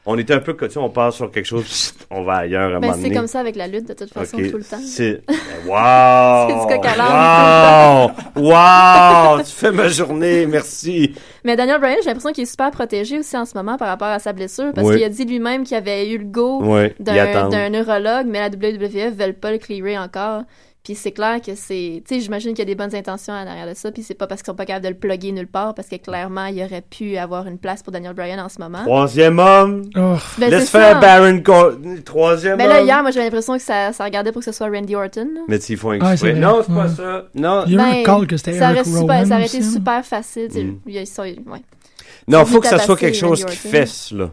S7: On était un peu que tu sais, on part sur quelque chose, on va ailleurs à un
S8: Ben,
S7: moment
S8: c'est
S7: donné.
S8: comme ça avec la lutte, de toute façon,
S7: Ok,
S8: tout le temps.
S7: C'est. Waouh!
S8: C'est du coq à
S7: Wow! Wow! Tu fais ma journée, merci!
S8: Mais Daniel Bryan, j'ai l'impression qu'il est super protégé aussi en ce moment par rapport à sa blessure, parce
S7: Oui.
S8: qu'il a dit lui-même qu'il avait eu le go
S7: Ouais, il
S8: d'un
S7: attend.
S8: d'un neurologue, mais la WWE veulent pas le clearer encore. Puis c'est clair que c'est... Tu sais, j'imagine qu'il y a des bonnes intentions à l'arrière de ça, puis c'est pas parce qu'ils sont pas capables de le plugger nulle part, parce que clairement, il aurait pu avoir une place pour Daniel Bryan en ce moment.
S7: Troisième homme!
S6: Oh,
S8: Ben,
S7: Laisse
S8: c'est
S7: faire
S8: ça.
S7: Baron Cor... Troisième
S8: Mais
S7: homme!
S8: là, hier, moi, j'avais l'impression que ça, ça regardait pour que ce soit Randy Orton. là.
S7: Mais s'ils font
S6: Ouais, Ah, c'est
S7: exprès.
S6: vrai.
S7: non, c'est pas
S6: Ouais.
S7: ça. Non,
S6: Il y a eu un
S8: Ben,
S6: call que c'était
S8: ça
S6: Eric
S8: aurait, super-
S6: Rowan
S8: ça aurait
S6: aussi, hein.
S8: été
S6: là.
S8: super facile. tu sais,
S7: Mm.
S8: il y a- ça- ouais.
S7: non,
S8: Ils
S7: faut que ça
S8: tabassaient
S7: soit quelque chose
S8: Randy
S7: qui
S8: Orton.
S7: fesse, là.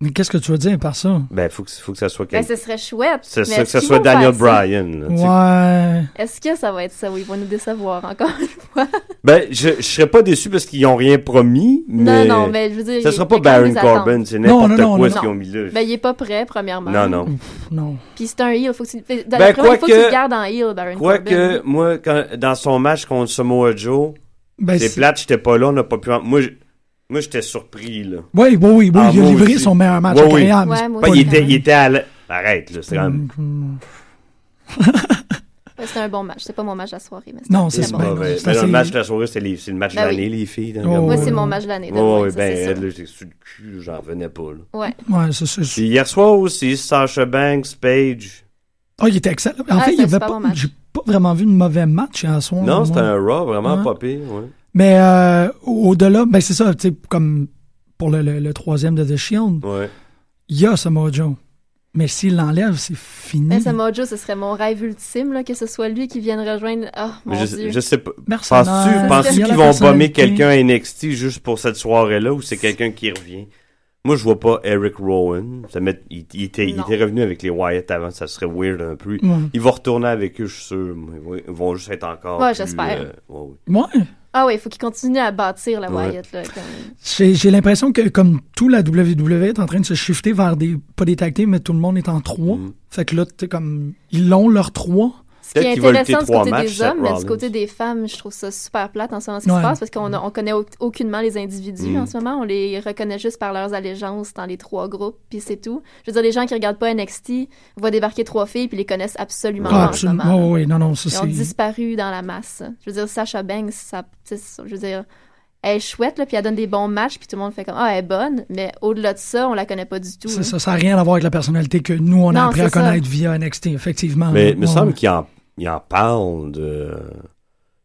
S6: Mais qu'est-ce que tu veux dire par ça?
S7: Ben, faut que, faut que ça soit
S8: Ben,
S7: quelque
S8: ce serait chouette.
S7: C'est
S8: mais
S7: ça, que
S8: est-ce
S7: ça
S8: qu'ils
S7: soit
S8: vont faire
S7: Daniel
S8: ça?
S7: Bryan. là, tu sais.
S6: Ouais.
S8: Est-ce que ça va être ça? Oui, ils vont nous décevoir encore une fois.
S7: Ben, je, je serais pas déçu parce qu'ils ont rien promis, mais.
S8: Non, non, mais je veux dire.
S7: Ça
S8: il-
S7: sera
S8: il
S7: pas
S8: y a quand
S7: Baron
S8: même des attentes.
S7: Corbin, c'est
S6: Non,
S7: n'importe
S6: non,
S7: quoi
S6: non,
S7: ce qu'ils
S8: non.
S7: ont mis là.
S8: Ben, il est pas prêt, premièrement.
S7: non, non.
S6: Non.
S8: Puis c'est un heel. Faut que tu... fait- dans
S7: Ben,
S8: la
S7: quoi
S8: première, il faut que tu
S7: que-
S8: le gardes en heel, Baron Corbin.
S7: Quoique, moi, quand, dans son match contre Samoa Joe,
S6: Ben,
S7: c'est
S6: c'est-
S7: plate, j'étais pas là, on n'a pas pu. en- Moi, je- moi j'étais surpris, là.
S6: Oui, oui, oui, oui,
S7: Ah,
S6: il a
S7: moi
S6: livré
S7: aussi.
S6: son meilleur match
S7: Ouais,
S6: en
S7: oui.
S6: carrière, Ah, mais
S8: Ouais,
S6: c'est
S8: moi
S6: pas
S7: Ben,
S8: aussi.
S7: il,
S6: le-
S7: était, il était à la- Arrête, là, c'est quand même.
S6: Mm,
S8: Ouais, C'était un bon match. C'était pas mon match de la soirée. Mais c'était-
S6: Non, c'est
S7: C'est
S8: c'était
S6: ben, non,
S7: mauvais.
S6: c'est
S7: Ben,
S6: assez-
S7: le match de la soirée, c'est les- c'est le match de
S8: Ben oui.
S7: l'année, les filles. dans le
S6: Oh,
S7: garde-
S8: Moi,
S6: Ouais.
S8: c'est mon match de l'année. de
S7: Ouais,
S8: loin,
S7: ouais,
S8: ça,
S7: ben,
S8: c'est sûr.
S7: elle, là, j'étais sur le cul, j'en revenais pas, là.
S8: Ouais.
S6: Ouais, c'est- c'est-
S7: Puis hier soir aussi, Sasha Banks, Page.
S6: Ah, il était excellent. En
S8: Ah,
S6: fait, il
S8: c'était
S6: y
S8: un
S6: avait
S8: super
S6: pas,
S8: bon match.
S6: j'ai pas vraiment vu de mauvais match à soir.
S7: Non,
S6: moi.
S7: c'était un Raw vraiment
S6: Mm, Ouais.
S7: pas pire, ouais.
S6: Mais euh, au-delà, ben c'est ça, tu sais, comme pour le, le- le troisième de The Shield,
S7: ouais.
S6: il y a Samoa Joe. Mais s'il l'enlève, c'est fini.
S8: Ben, Samoa Joe, ce serait mon rêve ultime, là, que ce soit lui qui vienne rejoindre. Oh,
S7: Mais
S8: mon
S7: je,
S8: Dieu.
S7: je sais pas.
S6: Mercenaire,
S7: Penses-tu penses-tu
S6: il y a la
S7: qu'ils vont bomber
S6: personnalité.
S7: quelqu'un à NXT juste pour cette soirée-là ou c'est quelqu'un qui revient? Moi, je vois pas Eric Rowan. Ça met- il, il était, il
S8: Non.
S7: était revenu avec les Wyatt avant, ça serait weird un peu.
S6: Ouais.
S7: Il va retourner avec eux, je suis sûr. mais oui, Ils vont juste être encore.
S8: Ouais,
S7: plus,
S8: j'espère.
S7: euh, ouais, ouais.
S6: Ouais.
S8: Ah ouais, il faut qu'il continue à bâtir la
S7: Ouais.
S8: Wyatt. Là, comme-
S6: J'ai j'ai l'impression que comme tout la WWE est en train de se shifter vers des pas des tag teams, mais tout le monde est en trois.
S7: Mm.
S6: Fait que là, tu sais comme ils l'ont leurs trois.
S8: Ce qui
S7: Peut-être
S8: est
S7: qu'il va lutter
S8: intéressant du
S7: trois
S8: côté
S7: matchs,
S8: des hommes, mais
S7: Seth
S8: du côté
S7: Rollins.
S8: des femmes, je trouve ça super plate en ce moment ce qui
S6: Ouais.
S8: se passe parce qu'on a- on connaît au- aucunement les individus
S7: Mm.
S8: en ce moment. On les reconnaît juste par leurs allégeances dans les trois groupes, puis c'est tout. Je veux dire, les gens qui regardent pas NXT voient débarquer trois filles puis les connaissent absolument
S6: Ah,
S8: pas en ce
S6: absolument.
S8: moment. là.
S6: Ouais, ouais, non, non, ça
S8: Ils ont
S6: c'est.
S8: disparu dans la masse. Je veux dire, Sasha Banks, ça, tu sais, je veux dire, elle est chouette, là, puis elle donne des bons matchs, puis tout le monde fait comme Ah, elle est bonne, mais au-delà de ça, on la connaît pas du tout.
S6: C'est
S8: là.
S6: ça, ça n'a rien à voir avec la personnalité que nous, on a
S8: Non,
S6: appris à
S8: c'est ça.
S6: connaître via NXT, effectivement.
S7: Mais
S6: Ah, Ouais,
S7: il me semble
S6: ouais.
S7: qu'il en, il en parle de.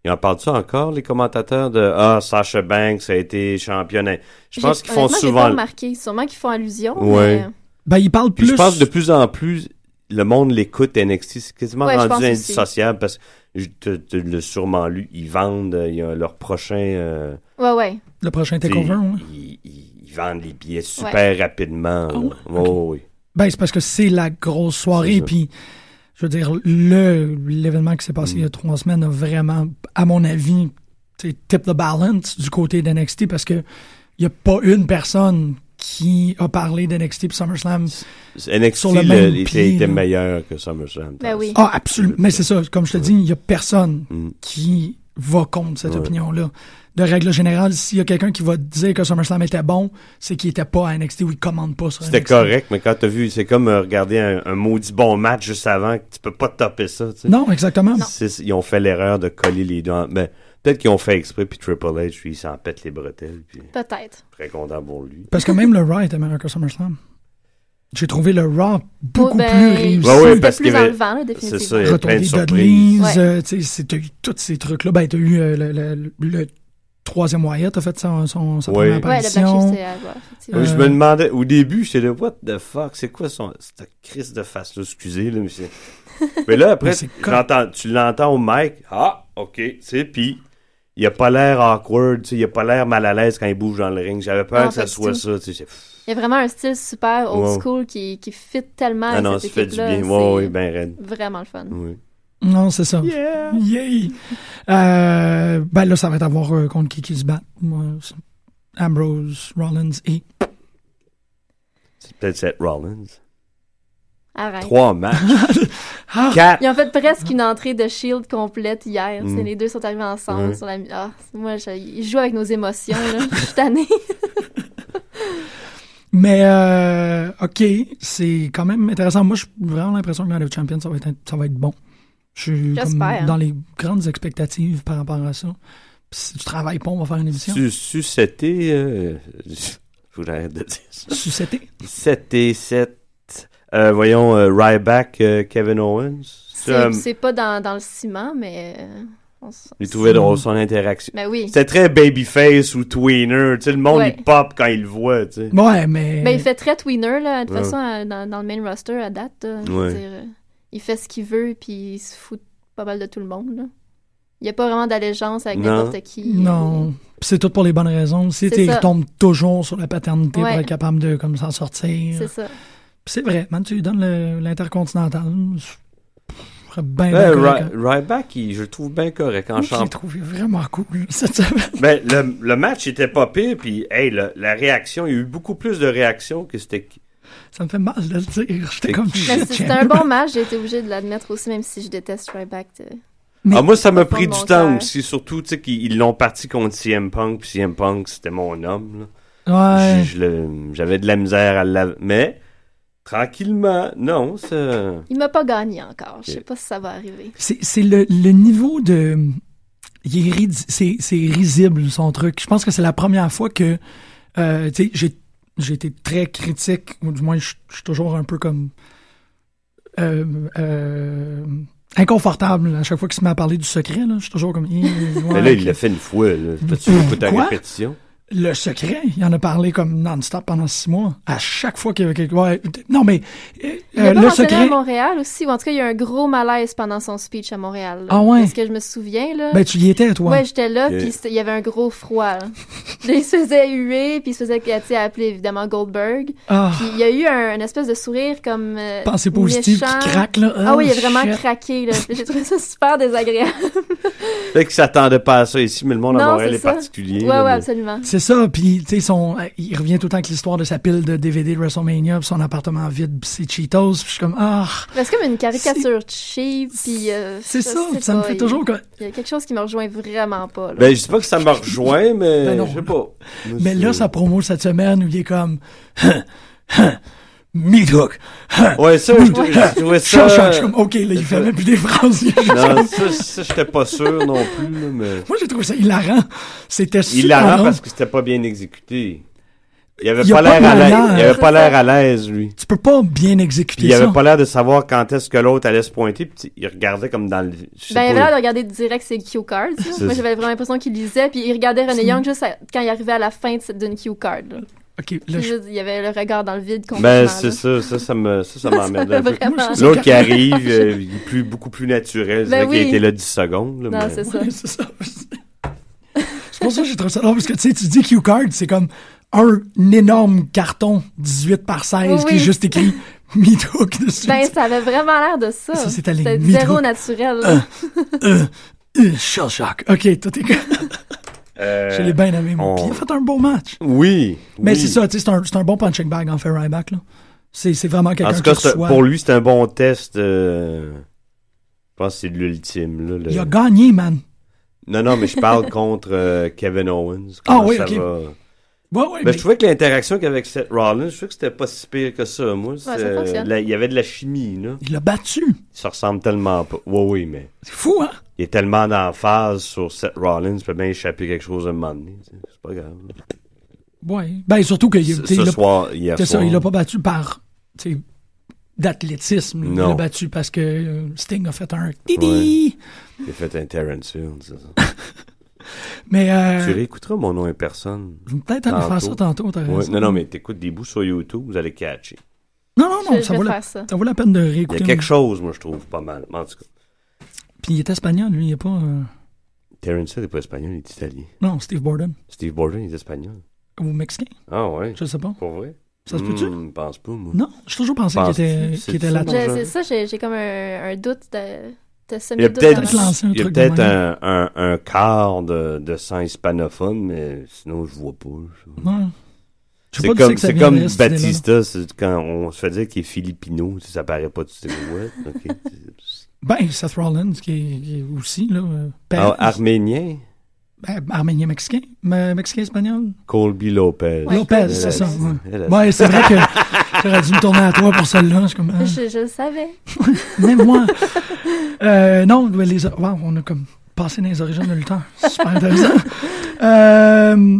S7: Il en parle de ça encore, les commentateurs de Ah, Sasha Banks a été championne. Je
S8: J'ai-
S7: pense qu'ils font
S8: honnêtement, J'ai pas
S7: souvent.
S8: remarqué. Sûrement qu'ils font allusion.
S7: Ouais.
S8: mais-
S6: Ben, il parle
S7: Puis
S6: plus.
S7: je pense que de plus en plus, le monde l'écoute NXT. C'est quasiment
S8: Ouais, je pense
S7: rendu
S8: aussi.
S7: indissociable parce que tu, tu l'as sûrement lu. Ils vendent euh, il y a leur prochain. euh,
S8: Ouais, ouais.
S6: Le prochain
S7: tu sais,
S6: takeover, ouais.
S7: ils, ils- ils vendent les billets super rapidement. là.
S6: Ah ouais?
S7: Ouais, ouais, ouais.
S6: Ben, c'est parce que c'est la grosse soirée,
S7: C'est ça.
S6: puis je veux dire, le l'événement qui s'est passé
S7: Mm.
S6: il y a trois semaines a vraiment, à mon avis, tu sais, tip the balance du côté d'NXT parce que il n'y a pas une personne qui a parlé d'NXT puis SummerSlam.
S7: NXT
S6: Sur le
S7: le-
S6: même
S7: était-
S6: pied,
S7: était
S6: là.
S7: meilleur que SummerSlam.
S8: Ben oui.
S6: Ah, absolument. Mais c'est ça, comme je te dis, il n'y a personne
S7: Mm.
S6: qui va contre cette opinion-là. De règle générale, s'il y a quelqu'un qui va dire que SummerSlam était bon, c'est qu'il n'était pas à NXT ou il commande pas sur
S7: C'était
S6: NXT.
S7: correct, mais quand t'as vu, c'est comme euh, regarder un, un maudit bon match juste avant, que tu peux pas te taper ça. Tu sais.
S6: Non, exactement.
S7: C'est- Ils ont fait l'erreur de coller les deux. en- Ben, peut-être qu'ils ont fait exprès, puis Triple H, lui, il s'en pète les bretelles, puis
S8: Peut-être.
S7: très content pour lui.
S6: Parce que même le Raw était meilleur que SummerSlam. J'ai trouvé le Raw beaucoup
S8: Oh, ben,
S6: plus réussi.
S7: Ouais, ouais,
S8: c'est
S7: parce
S8: plus
S7: qu'il y avait-
S8: enlevant, là,
S7: C'est
S8: définitivement.
S7: ça, il y a plein de
S6: Retourner
S7: surprises.
S6: Dudley's,
S8: Ouais.
S6: euh, tu sais, c'est- t'as eu tous ces trucs-là. Ben, t'as eu euh, le, le- le troisième Wyatt, a fait son, son, sa
S7: Ouais.
S6: première
S8: Ouais, le
S6: apparition.
S8: Black Sheep, c'est à voir, effectivement.
S7: Oui, Je
S6: Euh,
S7: me demandais, au début, j'étais là, what the fuck, c'est quoi son, cette crise de face là, excusez, là, mais c'est... Mais là, après,
S6: Mais c'est
S7: tu l'entends- tu l'entends au mic, ah, ok, c'est puis il a pas l'air awkward, tu sais, il a pas l'air mal à l'aise quand il bouge dans le ring, j'avais peur
S8: Non,
S7: que ça
S8: pas du
S7: soit
S8: tout.
S7: ça, tu sais, c'est-
S8: Il y a vraiment un style super old
S7: Wow.
S8: school qui, qui fit tellement
S7: ah
S8: avec
S7: non, ça
S8: cette
S7: fait du
S8: équipe-là.
S7: bien,
S8: c'est
S7: ouais, oui, ben Mm. raide.
S8: Vraiment le fun.
S7: Oui.
S6: Non, c'est ça. Yay! Euh, ben là, ça va être à voir euh, contre qui qui se bat. Moi, c'est Ambrose, Rollins et...
S7: C'est peut-être Seth Rollins.
S8: Arrête.
S7: Trois matchs.
S6: Ah!
S7: Quatre.
S8: Ils ont fait presque une entrée de Shield complète hier. tu sais,
S7: Mm.
S8: Les deux sont arrivés ensemble
S7: Ouais.
S8: sur la. mi- Ah, moi, je- ils jouent avec nos émotions. Là. Je suis tannée.
S6: Mais, euh, OK, c'est quand même intéressant. Moi, j'ai vraiment l'impression que Night of Champions, ça va être, int- ça va être bon. Je suis comme
S8: J'espère.
S6: dans les grandes expectatives par rapport à ça. Puis si tu travailles pas, on va faire une émission.
S7: Su- Suceté, euh, faut que j'arrête de dire ça.
S6: Sucété.
S7: 7 et 7. Euh, voyons, euh, Ryback, euh, Kevin Owens.
S8: C'est
S7: Ça,
S8: c'est pas dans, dans le ciment, mais. euh, on s-
S7: J'ai trouvé drôle son interaction.
S8: Mais oui.
S7: C'était très babyface ou tweener. Tu sais, le monde,
S8: Ouais.
S7: il pop quand il le voit, tu sais.
S6: Ouais, mais...
S8: Ben, il fait très tweener, là, de toute
S7: Ouais.
S8: façon, à- dans, dans le main roster à date. là. Je veux
S7: Ouais.
S8: dire, euh, il fait ce qu'il veut, puis il se fout pas mal de tout le monde. là. Il n'y a pas vraiment d'allégeance avec
S7: Non.
S8: n'importe qui. euh,
S6: Non. Puis C'est tout pour les bonnes raisons. Si
S8: C'est
S6: tu
S8: ça.
S6: tombes toujours sur la paternité
S8: Ouais.
S6: pour être capable de comme s'en sortir.
S8: C'est ça.
S6: Puis C'est vrai, man, tu lui donnes le- l'intercontinental. Je serais bien
S7: Ben,
S6: bien correct,
S7: Ry- Ryback, il- je le trouve bien correct en
S6: hein. Moi, je l'ai
S7: champ.
S6: trouvé vraiment cool cette semaine.
S7: Ben, le, le match était pas pire, puis hey, le- la réaction, il y a eu beaucoup plus de réactions que c'était.
S6: Ça me fait mal de le dire. J'étais
S7: C'est
S6: comme
S7: qui?
S8: Mais
S6: shit,
S8: Ben, c'est- c'était un
S6: Champ.
S8: bon match, j'ai été obligée de l'admettre aussi, même si je déteste euh. Ryback. tu sais.
S6: Mais-
S7: Ah, moi, ça m'a
S8: Pas
S7: pris
S8: de
S7: du
S8: mon
S7: temps
S8: cœur.
S7: aussi, surtout, tu sais, qu'ils ils l'ont parti contre CM Punk, puis CM Punk, c'était mon homme, là.
S6: Ouais.
S7: Je- je le- J'avais de la misère à la... Mais, tranquillement, non, ça...
S8: Il m'a pas gagné encore. Je sais pas si ça va arriver.
S6: C'est c'est le, le niveau de. il est ridi- C'est c'est risible son truc. Je pense que c'est la première fois que. euh, tu sais, j'ai- j'ai été très critique, ou du moins, je je suis toujours un peu comme. euh, euh, inconfortable à chaque fois qu'il se met à parler du secret. Là. Je suis toujours comme. Ih,
S7: Mais
S6: ouais,
S7: là, il
S6: ok.
S7: l'a fait une fois, là. Tu veux écouter
S6: Quoi?
S7: la répétition?
S6: Le secret, il en a parlé comme non-stop pendant six mois. À chaque fois qu'il y avait quelque ouais, Non, mais. euh,
S8: Il a
S6: euh,
S8: pas
S6: le
S8: mentionné à
S6: secret.
S8: Montréal aussi, ou en tout cas, il y a eu un gros malaise pendant son speech à Montréal.
S6: Ah ouais?
S8: Parce que je me souviens, là.
S6: Ben, tu y étais, toi.
S8: Ouais, j'étais là,
S7: Ok.
S8: puis c'était- il y avait un gros froid. là. Là, il se faisait huer, puis il se faisait tu sais, appeler évidemment Goldberg.
S6: Ah,
S8: Puis il y a eu un, une espèce de sourire comme. euh,
S6: pensée positive
S8: méchant.
S6: qui craque, là.
S8: Ah oui, il
S6: Oh,
S8: a vraiment
S6: shit.
S8: craqué, là. J'ai trouvé ça super désagréable.
S7: Peut-être qu'ils s'attendaient pas à ça ici, mais le monde à
S8: Non,
S7: Montréal
S8: c'est
S7: est
S8: ça.
S7: particulier.
S8: ouais,
S7: là,
S8: ouais,
S7: mais-
S8: absolument.
S6: C'est ça, puis tu sais, son- euh, il revient tout le temps avec l'histoire de sa pile de DVD de WrestleMania, puis son appartement vide, puis ses Cheetos, puis je suis comme ah,
S8: Mais C'est comme une caricature cheap, puis. euh,
S6: c'est
S8: je
S6: ça,
S8: sais
S6: ça me
S8: pas,
S6: fait
S8: il-
S6: toujours comme
S8: Il y a quelque chose qui me rejoint vraiment pas, là.
S7: Ben, je dis pas que ça me rejoint, mais
S6: Ben non.
S7: je sais pas.
S6: Mais là,
S7: c'est-
S6: sa promo cette semaine où il est comme meat hook,
S7: Ouais, ça, je, je trouvais
S6: ça...
S7: ça...
S6: je suis comme ok, là il fait
S7: ça-
S6: même plus des phrases.
S7: Non, ça, ça, j'étais pas sûr non plus, là, mais...
S6: Moi j'ai trouvé ça hilarant, c'était super
S7: Il l'a
S6: long.
S7: parce que c'était pas bien exécuté. Il avait
S6: Il a
S7: pas
S6: pas
S7: l'air
S6: de
S7: à l'aise.
S6: manière.
S7: Il avait
S8: C'est
S7: pas
S8: ça.
S7: l'air à l'aise, lui.
S6: Tu peux pas bien
S7: Puis
S6: exécuter
S7: il
S6: ça.
S7: avait pas l'air de savoir quand est-ce que l'autre allait se pointer, puis tu- il regardait comme dans le. je sais
S8: Ben, il
S7: pas,
S8: avait l'air de regarder direct ses cue cards. là.
S7: C'est-
S8: Moi, j'avais vraiment l'impression qu'il lisait, puis il regardait René Young juste à- quand il arrivait à la fin de cette- d'une cue card. là.
S6: Ok, là,
S8: Puis
S6: je-
S8: juste, il y avait le regard dans le vide complètement.
S7: Ben,
S8: là.
S7: c'est ça, ça, ça me, ça, ça
S8: Ça
S7: m'emmerde
S8: m'a
S7: un peu.
S8: vraiment- Moi, je trouve ça
S7: L'autre qui arrive, euh, il est plus, beaucoup plus naturel. C'est
S8: Ben
S7: vrai qu'il
S8: oui.
S7: était là 10 secondes. là,
S8: Non,
S7: mais-
S8: c'est ça.
S6: Ouais, c'est ça. C'est pour ça que j'ai trouvé ça drôle, parce que tu sais, tu dis Q-Card, c'est comme un énorme carton 18 par 16
S8: Oui,
S6: qui est
S8: oui.
S6: juste écrit Meathook dessus.
S8: Ben, ça avait vraiment l'air de ça.
S6: Ça, c'est allé
S8: C'était
S6: mid-hook.
S8: zéro naturel.
S7: Ah.
S6: Euh, euh, shell shock. OK, toi, t'es
S7: Euh,
S6: Je l'ai bien aimé, moi.
S7: on-
S6: Puis il a fait un beau match.
S7: Oui.
S6: Mais
S7: oui.
S6: Ben, c'est ça, tu sais, c'est un, c'est un bon punching bag en fait Ryback, là. C'est c'est vraiment
S7: En
S6: quelqu'un
S7: tout
S6: qui
S7: cas, c'est-
S6: reçoit.
S7: pour lui, c'est un bon test. euh, Je pense que c'est l'ultime. là, le-
S6: Il a gagné, man.
S7: Non, non, mais je parle contre euh, Kevin Owens. Comment
S6: Ah oui,
S7: ça
S6: ok.
S7: va?
S6: Ouais, ouais,
S7: Mais
S6: mais
S7: Ben, je trouvais que l'interaction qu'il y avait avec Seth Rollins, je trouvais que c'était pas si pire que ça. Moi, c'est-
S8: ça fonctionne.
S7: la- il y avait de la chimie, là.
S6: il l'a battu.
S7: Ils se ressemblent tellement pas. Oui, oui, mais
S6: C'est fou, hein?
S7: il est tellement en phase sur Seth Rollins, il peut bien échapper quelque chose à un moment donné. tu sais. C'est pas grave.
S6: Ouais. Ben, surtout que.
S7: Ce ce soir, hier
S6: C'est ça,
S7: soir.
S6: il l'a pas battu par tu sais, d'athlétisme. Il
S7: Non.
S6: l'a battu parce que euh, Sting a fait un didi.
S7: Il a fait un Terrence Hill, c'est ça.
S6: Mais
S7: Tu
S6: euh,
S7: réécouteras mon nom et personne.
S6: peut-être aller faire Euh, ça tantôt. t'as
S7: Ouais,
S6: raison.
S7: Non, non, mais t'écoutes des bouts sur YouTube, vous allez catcher.
S6: non,
S7: Ah
S6: non, non,
S8: Je- je
S6: ça,
S8: vais
S6: vaut la,
S8: faire ça.
S6: ça vaut la peine de
S7: Il
S6: réécouter.
S7: y a quelque chose, moi, je trouve, pas mal. En tout cas,
S6: Puis il est espagnol, lui, il est pas. euh,
S7: Terrence Hill n'est pas espagnol, il est italien.
S6: Non, Steve Borden.
S7: Steve Borden, il est espagnol.
S6: Ou mexicain,
S7: Ah ouais,
S6: je sais pas.
S7: pour vrai?
S6: Ça se peut-tu?
S7: Je pense pas, moi.
S6: Non, j'ai toujours pensé qu'il
S7: Penses-tu?
S6: était,
S7: Hmm. C'est
S6: qu'il était
S7: ça,
S6: latin.
S8: Je-
S7: Bonjour.
S8: C'est ça, j'ai j'ai comme un, un doute de, de
S7: Il y
S8: semer
S7: a
S8: le doute dans
S7: peut-être
S8: ma-
S6: lancer un
S7: il y a
S6: truc de
S7: peut-être
S6: même.
S7: un, un, un quart de, de sang hispanophone, mais sinon, je vois pas. je-
S6: Ouais. Je sais
S7: C'est
S6: pas d'où
S7: comme,
S6: que ça
S7: c'est
S6: viendrait,
S7: comme
S6: cette idée-là.
S7: Batista, c'est quand on se fait dire qu'il est filipino, tu sais, ça paraît pas, tu sais, what? Ok, c'est-
S6: Ben, Seth Rollins, qui est, qui est aussi, là. euh,
S7: Ah,
S6: père-
S7: Arménien,
S6: ben, arménien mexicain. mais Mexicain-espagnol.
S7: Colby Lopez.
S6: Lopez,
S7: Elle,
S6: c'est ça.
S7: elle,
S6: Ouais,
S7: elle,
S6: Ouais, c'est vrai que j'aurais dû me tourner à toi pour celle-là. Je suis comme, ah,
S8: Je, je le savais.
S6: même moi. Euh, non, ouais, les, wow, on a comme passé dans les origines de Luther. Super intéressant. Euh,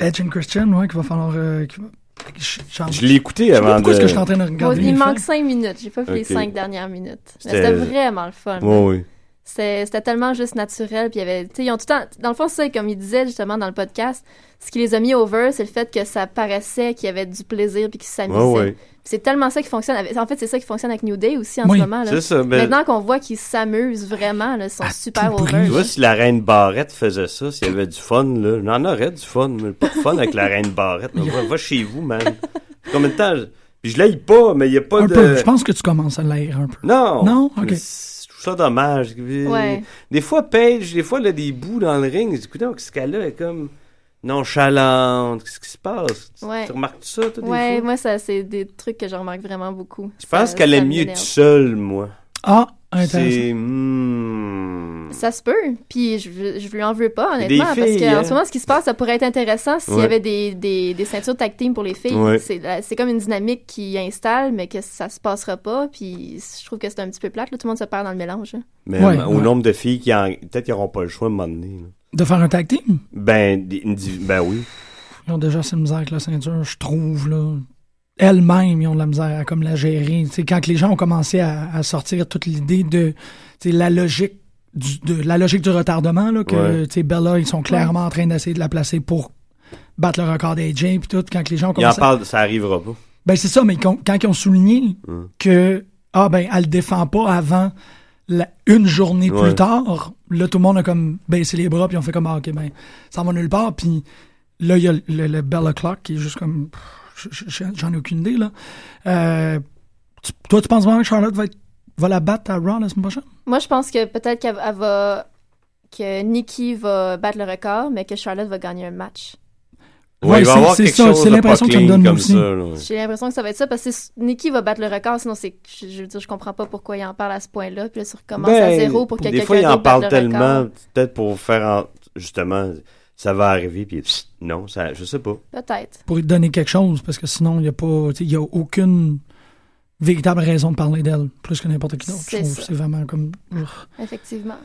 S6: Edge and Christian, ouais, qu'il va falloir. Euh, qu'il va- je, je- je
S7: Je
S6: sais
S7: l'ai écouté
S6: pas
S7: avant
S6: pourquoi
S7: de...
S6: est-ce que je suis en train de
S8: Bon,
S6: regarder.
S8: il
S6: les
S8: manque
S6: faits.
S8: cinq minutes. J'ai pas fait les
S7: Ok.
S8: cinq dernières minutes. Mais
S7: C'était-
S8: C'était vraiment le fun.
S7: Ouais, ouais.
S8: C'était c'était tellement juste naturel. Puis il y avait, tu sais, ils ont tout le temps, dans le fond, ça, comme ils disaient justement dans le podcast, ce qui les a mis over, c'est le fait que ça paraissait qu'il y avait du plaisir puis qu'ils s'amusaient.
S7: Ouais, ouais.
S8: Puis C'est tellement ça qui fonctionne. avec- En fait, c'est ça qui fonctionne avec New Day aussi en
S6: Oui.
S8: ce moment. Là.
S7: C'est ça, mais-
S8: Maintenant qu'on voit qu'ils s'amusent vraiment, là, ils sont
S6: À
S8: super
S6: tout prix.
S8: over.
S7: Tu vois, si la reine Barrette faisait ça, s'il y avait du fun, là, j'en aurait du fun, mais pas de fun avec la reine Barrette. là. va, va chez vous, man. Combien de temps? je- Puis je l'aille pas, mais il n'y a pas
S6: Un
S7: de.
S6: peu. Je pense que tu commences à l'air un peu.
S7: Non!
S6: Non? Ok.
S7: Mais c'est- Je trouve ça dommage.
S8: Ouais.
S7: Des fois, Paige, des fois, elle a des bouts dans le ring. Écoute, ce gars-là est comme nonchalante. Qu'est-ce qui se passe? Tu-
S8: Ouais.
S7: Tu remarques ça, toi, des
S8: Ouais,
S7: fois?
S8: moi, ça, c'est des trucs que je remarque vraiment beaucoup.
S7: Je pense
S8: Ça-
S7: qu'elle
S8: ça
S7: aime mieux être
S8: m'énerve.
S7: seule, moi.
S6: Ah, intéressant.
S7: C'est. hmm.
S8: Ça se peut, puis je, je lui en veux
S7: Il y
S8: pas,
S7: a
S8: honnêtement,
S7: des
S8: parce
S7: filles,
S8: qu'en
S7: hein.
S8: ce moment, ce qui se passe, ça pourrait être intéressant s'il
S7: Ouais.
S8: y avait des, des, des ceintures tag team pour les filles.
S7: Ouais.
S8: C'est la- C'est comme une dynamique qui installe, mais que ça se passera pas, puis je trouve que c'est un petit peu plate, là, tout le monde se perd dans le mélange. hein. là.
S7: Mais
S6: Ouais,
S7: au
S6: ouais.
S7: nombre de filles qui en. Peut-être qu'ils n'auront pas le choix à un moment donné. là.
S6: De faire un tag team?
S7: Ben, des- une div- ben oui.
S6: Ils ont déjà assez de misère avec la ceinture, je trouve, là. Elles-mêmes, ils ont de la misère à comme la gérer. Tu sais, quand que les gens ont commencé à, à sortir toute l'idée de tu sais, la logique du, de la logique du retardement, là, que
S7: Ouais.
S6: tu sais, Bella, ils sont clairement en train d'essayer de la placer pour battre le record d'AJ puis tout, quand que les gens ont
S7: Il en
S6: commencé à-
S7: parle, ça arrivera pas.
S6: Ben c'est ça, mais quand, quand ils ont souligné que ah ben elle le défend pas avant la- une journée
S7: Ouais.
S6: plus tard, là tout le monde a comme baissé les bras puis on fait comme ah, ok ben ça va nulle part puis là il y a le, le Bella Clock qui est juste comme pff, je- je- j'en ai aucune idée là. Euh, tu- toi tu penses vraiment que Charlotte va être- va la battre à Raw la semaine prochaine?
S8: Moi, je pense que peut-être qu'elle elle va. que Nikki va battre le record, mais que Charlotte va gagner un match.
S7: Ouais,
S6: Ouais,
S7: il va
S6: c'est-
S7: avoir
S6: c'est
S7: quelque
S6: ça,
S7: chose
S6: c'est
S7: de pas
S6: l'impression que ça me
S7: clean
S6: donne
S7: comme
S6: aussi.
S7: ça, là, ouais.
S8: J'ai l'impression que ça va être ça, parce que c'est- Nikki va battre le record, sinon c'est. Je, je veux dire, je comprends pas pourquoi il en parle à ce point-là, puis là, ça recommence à
S7: Ben,
S8: zéro pour que
S7: Des
S8: quelqu'un
S7: fois, il en
S8: d'autre batte
S7: parle
S8: le
S7: tellement,
S8: record.
S7: peut-être pour faire en- justement, ça va arriver, puis psst, non, ça, je sais pas.
S8: Peut-être.
S6: Pour lui donner quelque chose parce que sinon il n'y a pas tu sais, il y a aucune véritable raison de parler d'elle plus que n'importe qui d'autre. Je
S8: C'est
S6: trouve que
S8: ça.
S6: C'est vraiment comme Urgh.
S8: Effectivement.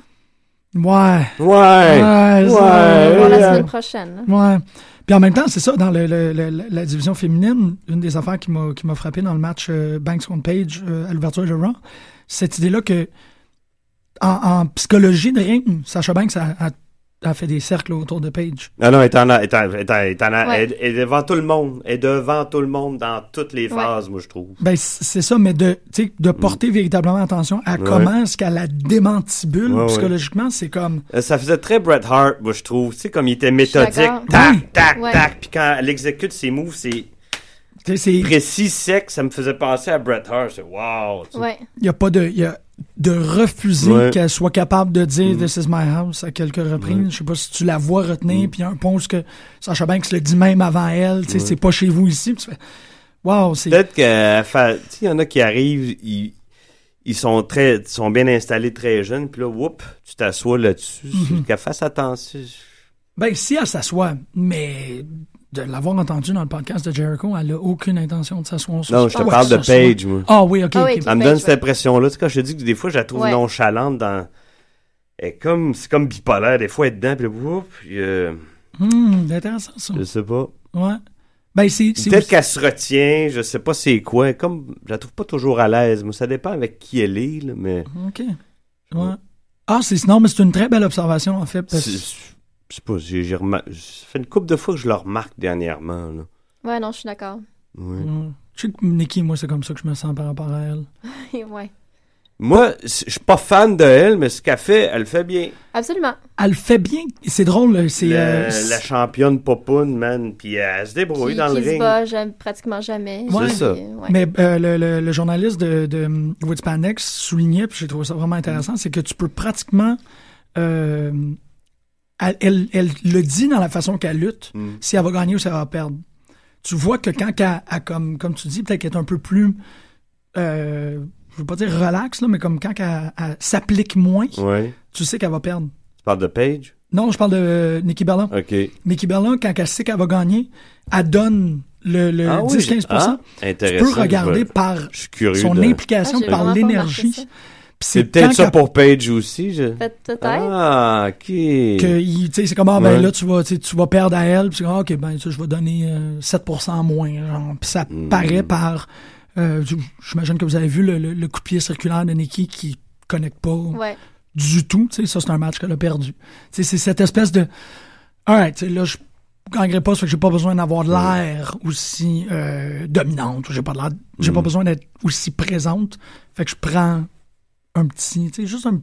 S6: ouais.
S7: Ouais!
S6: Ouais,
S7: ouais,
S6: ça-
S8: Pour
S7: ouais.
S8: la
S6: Euh,
S8: semaine prochaine. là.
S6: Ouais. Puis en même temps, c'est ça, dans le- le- le- la division féminine, une des affaires qui m'a, qui m'a frappé dans le match euh, Banks contre Page euh, à l'ouverture de Raw, cette idée-là que en, en psychologie de ring, Sacha Banks a, a- a fait des cercles autour de Page.
S7: Ah non, elle est en a- elle est en- elle est en- elle est en a-
S8: Ouais.
S7: elle- elle est devant tout le monde. Elle est devant tout le monde dans toutes les
S8: Ouais.
S7: phases, moi, je trouve.
S6: Ben, c- c'est ça, mais de, tu sais, de porter véritablement attention à
S7: Ouais.
S6: comment est-ce qu'elle la démantibule
S7: Ouais, ouais.
S6: psychologiquement, c'est comme.
S7: Euh, Ça faisait très Bret Hart, moi, je trouve. Tu sais, comme il était
S8: suis
S7: méthodique.
S8: d'accord.
S7: Tac,
S6: Oui.
S7: tac,
S8: Ouais.
S7: tac. Puis quand elle exécute ses moves, c'est
S6: Tu sais, c'est-
S7: Précis sec, ça me faisait penser à Bret Hart. C'est wow. tu sais.
S8: Ouais. Ah
S6: Il n'y a pas de. il y a de refuser
S7: Ouais. Mm.
S6: qu'elle soit capable de dire This is my house à quelques reprises. Je sais pas si tu la vois retenir,
S7: Mm.
S6: puis il y a un pont où ce que Sacha Banks le dit même avant elle, tu sais, c'est pas chez vous ici. Puis tu fais, Wow, c'est.
S7: Peut-être que, enfin, tu sais, il y en a qui arrivent, ils, ils sont très, sont bien installés très jeunes, puis là, whoop, tu t'assois là-dessus.
S8: Mhm.
S7: c'est Qu'elle fasse attention.
S6: Ben, si elle s'assoit, mais de l'avoir entendu dans le podcast de Jericho, elle a aucune intention de s'asseoir sur
S7: Non,
S6: ce-
S7: je te
S6: Ah ouais,
S7: parle de
S6: elle s'assoit.
S7: Paige, moi.
S6: Ah oui, ok.
S8: Ah
S6: ok.
S8: oui,
S7: Elle me
S8: Paige,
S7: donne cette
S8: ouais.
S7: impression-là. Tu sais, quand je te dis que des fois, je la trouve
S8: Ouais.
S7: nonchalante dans. Elle est comme, c'est comme bipolaire. Des fois, elle est dedans, puis là, whoop, euh,
S6: Hmm, c'est intéressant ça.
S7: je sais pas.
S6: Ouais. Ben, c'est. c'est
S7: Peut-être
S6: aussi-
S7: qu'elle se retient, je sais pas c'est quoi. Comme, je la trouve pas toujours à l'aise. Moi, ça dépend avec qui elle est, là, mais.
S6: Ok. Ouais. Ah, c'est non, mais c'est une très belle observation en fait. parce-
S7: C'est- c'est- Je sais pas, j'ai j'ai remar- ça fait une couple de fois que je la remarque dernièrement, là.
S8: Ouais, non, je suis d'accord.
S7: Ouais.
S6: Ouais. Je sais que Nikki, moi, c'est comme ça que je me sens par rapport à elle.
S8: ouais.
S7: Moi, c- je suis pas fan de elle, mais ce qu'elle fait, elle le fait bien.
S8: Absolument.
S6: Elle fait bien. C'est drôle, là, c'est.
S7: Le-
S6: euh,
S7: la
S6: c'est-
S7: championne popoune, man, puis euh, elle se débrouille
S8: qui,
S7: Oh, dans le
S8: qui se
S7: ring.
S8: bat jamais- pratiquement jamais.
S6: Ouais.
S7: C'est ça.
S8: Puis, euh, ouais.
S6: Mais euh, le, le- le journaliste de, de hum, Woodspanex soulignait, puis j'ai trouvé ça vraiment intéressant, c'est que tu peux pratiquement. euh, elle, elle- elle le dit dans la façon qu'elle lutte,
S7: Mm.
S6: si elle va gagner ou si elle va perdre. Tu vois que quand qu'elle- elle, comme, comme tu dis, peut-être qu'elle est un peu plus. euh, je veux pas dire relax, là, mais comme quand qu'elle elle s'applique moins,
S7: Ouais.
S6: tu sais qu'elle va perdre.
S7: Tu parles de Paige?
S6: Non, je parle de euh, Nikki Bella.
S7: OK.
S6: Nikki Bella, quand elle sait qu'elle va gagner, elle donne le, le
S7: Ah oui,
S6: 10-15
S7: ah,
S6: Tu
S7: intéressant,
S6: peux
S7: je vais-
S6: regarder par
S7: Je suis curieux.
S6: son
S7: de-
S8: Ah,
S6: implication,
S8: j'ai
S6: par
S8: vraiment pas
S6: l'énergie.
S8: remarqué ça.
S6: Puis
S7: C'est
S6: quand
S7: peut-être ça
S6: qu'elle-
S7: pour Paige aussi. je-
S8: Pe- Peut-être.
S7: Ah, OK.
S6: que il- tu sais, c'est comme, ah, ben
S7: Ouais.
S6: là, tu vas, tu sais, tu vas perdre à elle, puis c'est comme, ah, ok, ben, tu sais, je vais donner euh, 7% moins. genre. Puis ça
S7: Hmm.
S6: paraît par. euh, j- J'imagine que vous avez vu le, le, le coup de pied circulaire de Nikki qui connecte pas
S8: Ouais.
S6: du tout. Tu sais, ça, c'est un match qu'elle a perdu. Tu sais, c'est cette espèce de. Alright, tu sais, là, je gagnerai pas, ça fait que j'ai pas besoin d'avoir de l'air aussi euh, dominante. ou J'ai pas, de l'air- j'ai
S7: Mm.
S6: pas besoin d'être aussi présente. Fait que je prends un petit. Tu sais, juste un.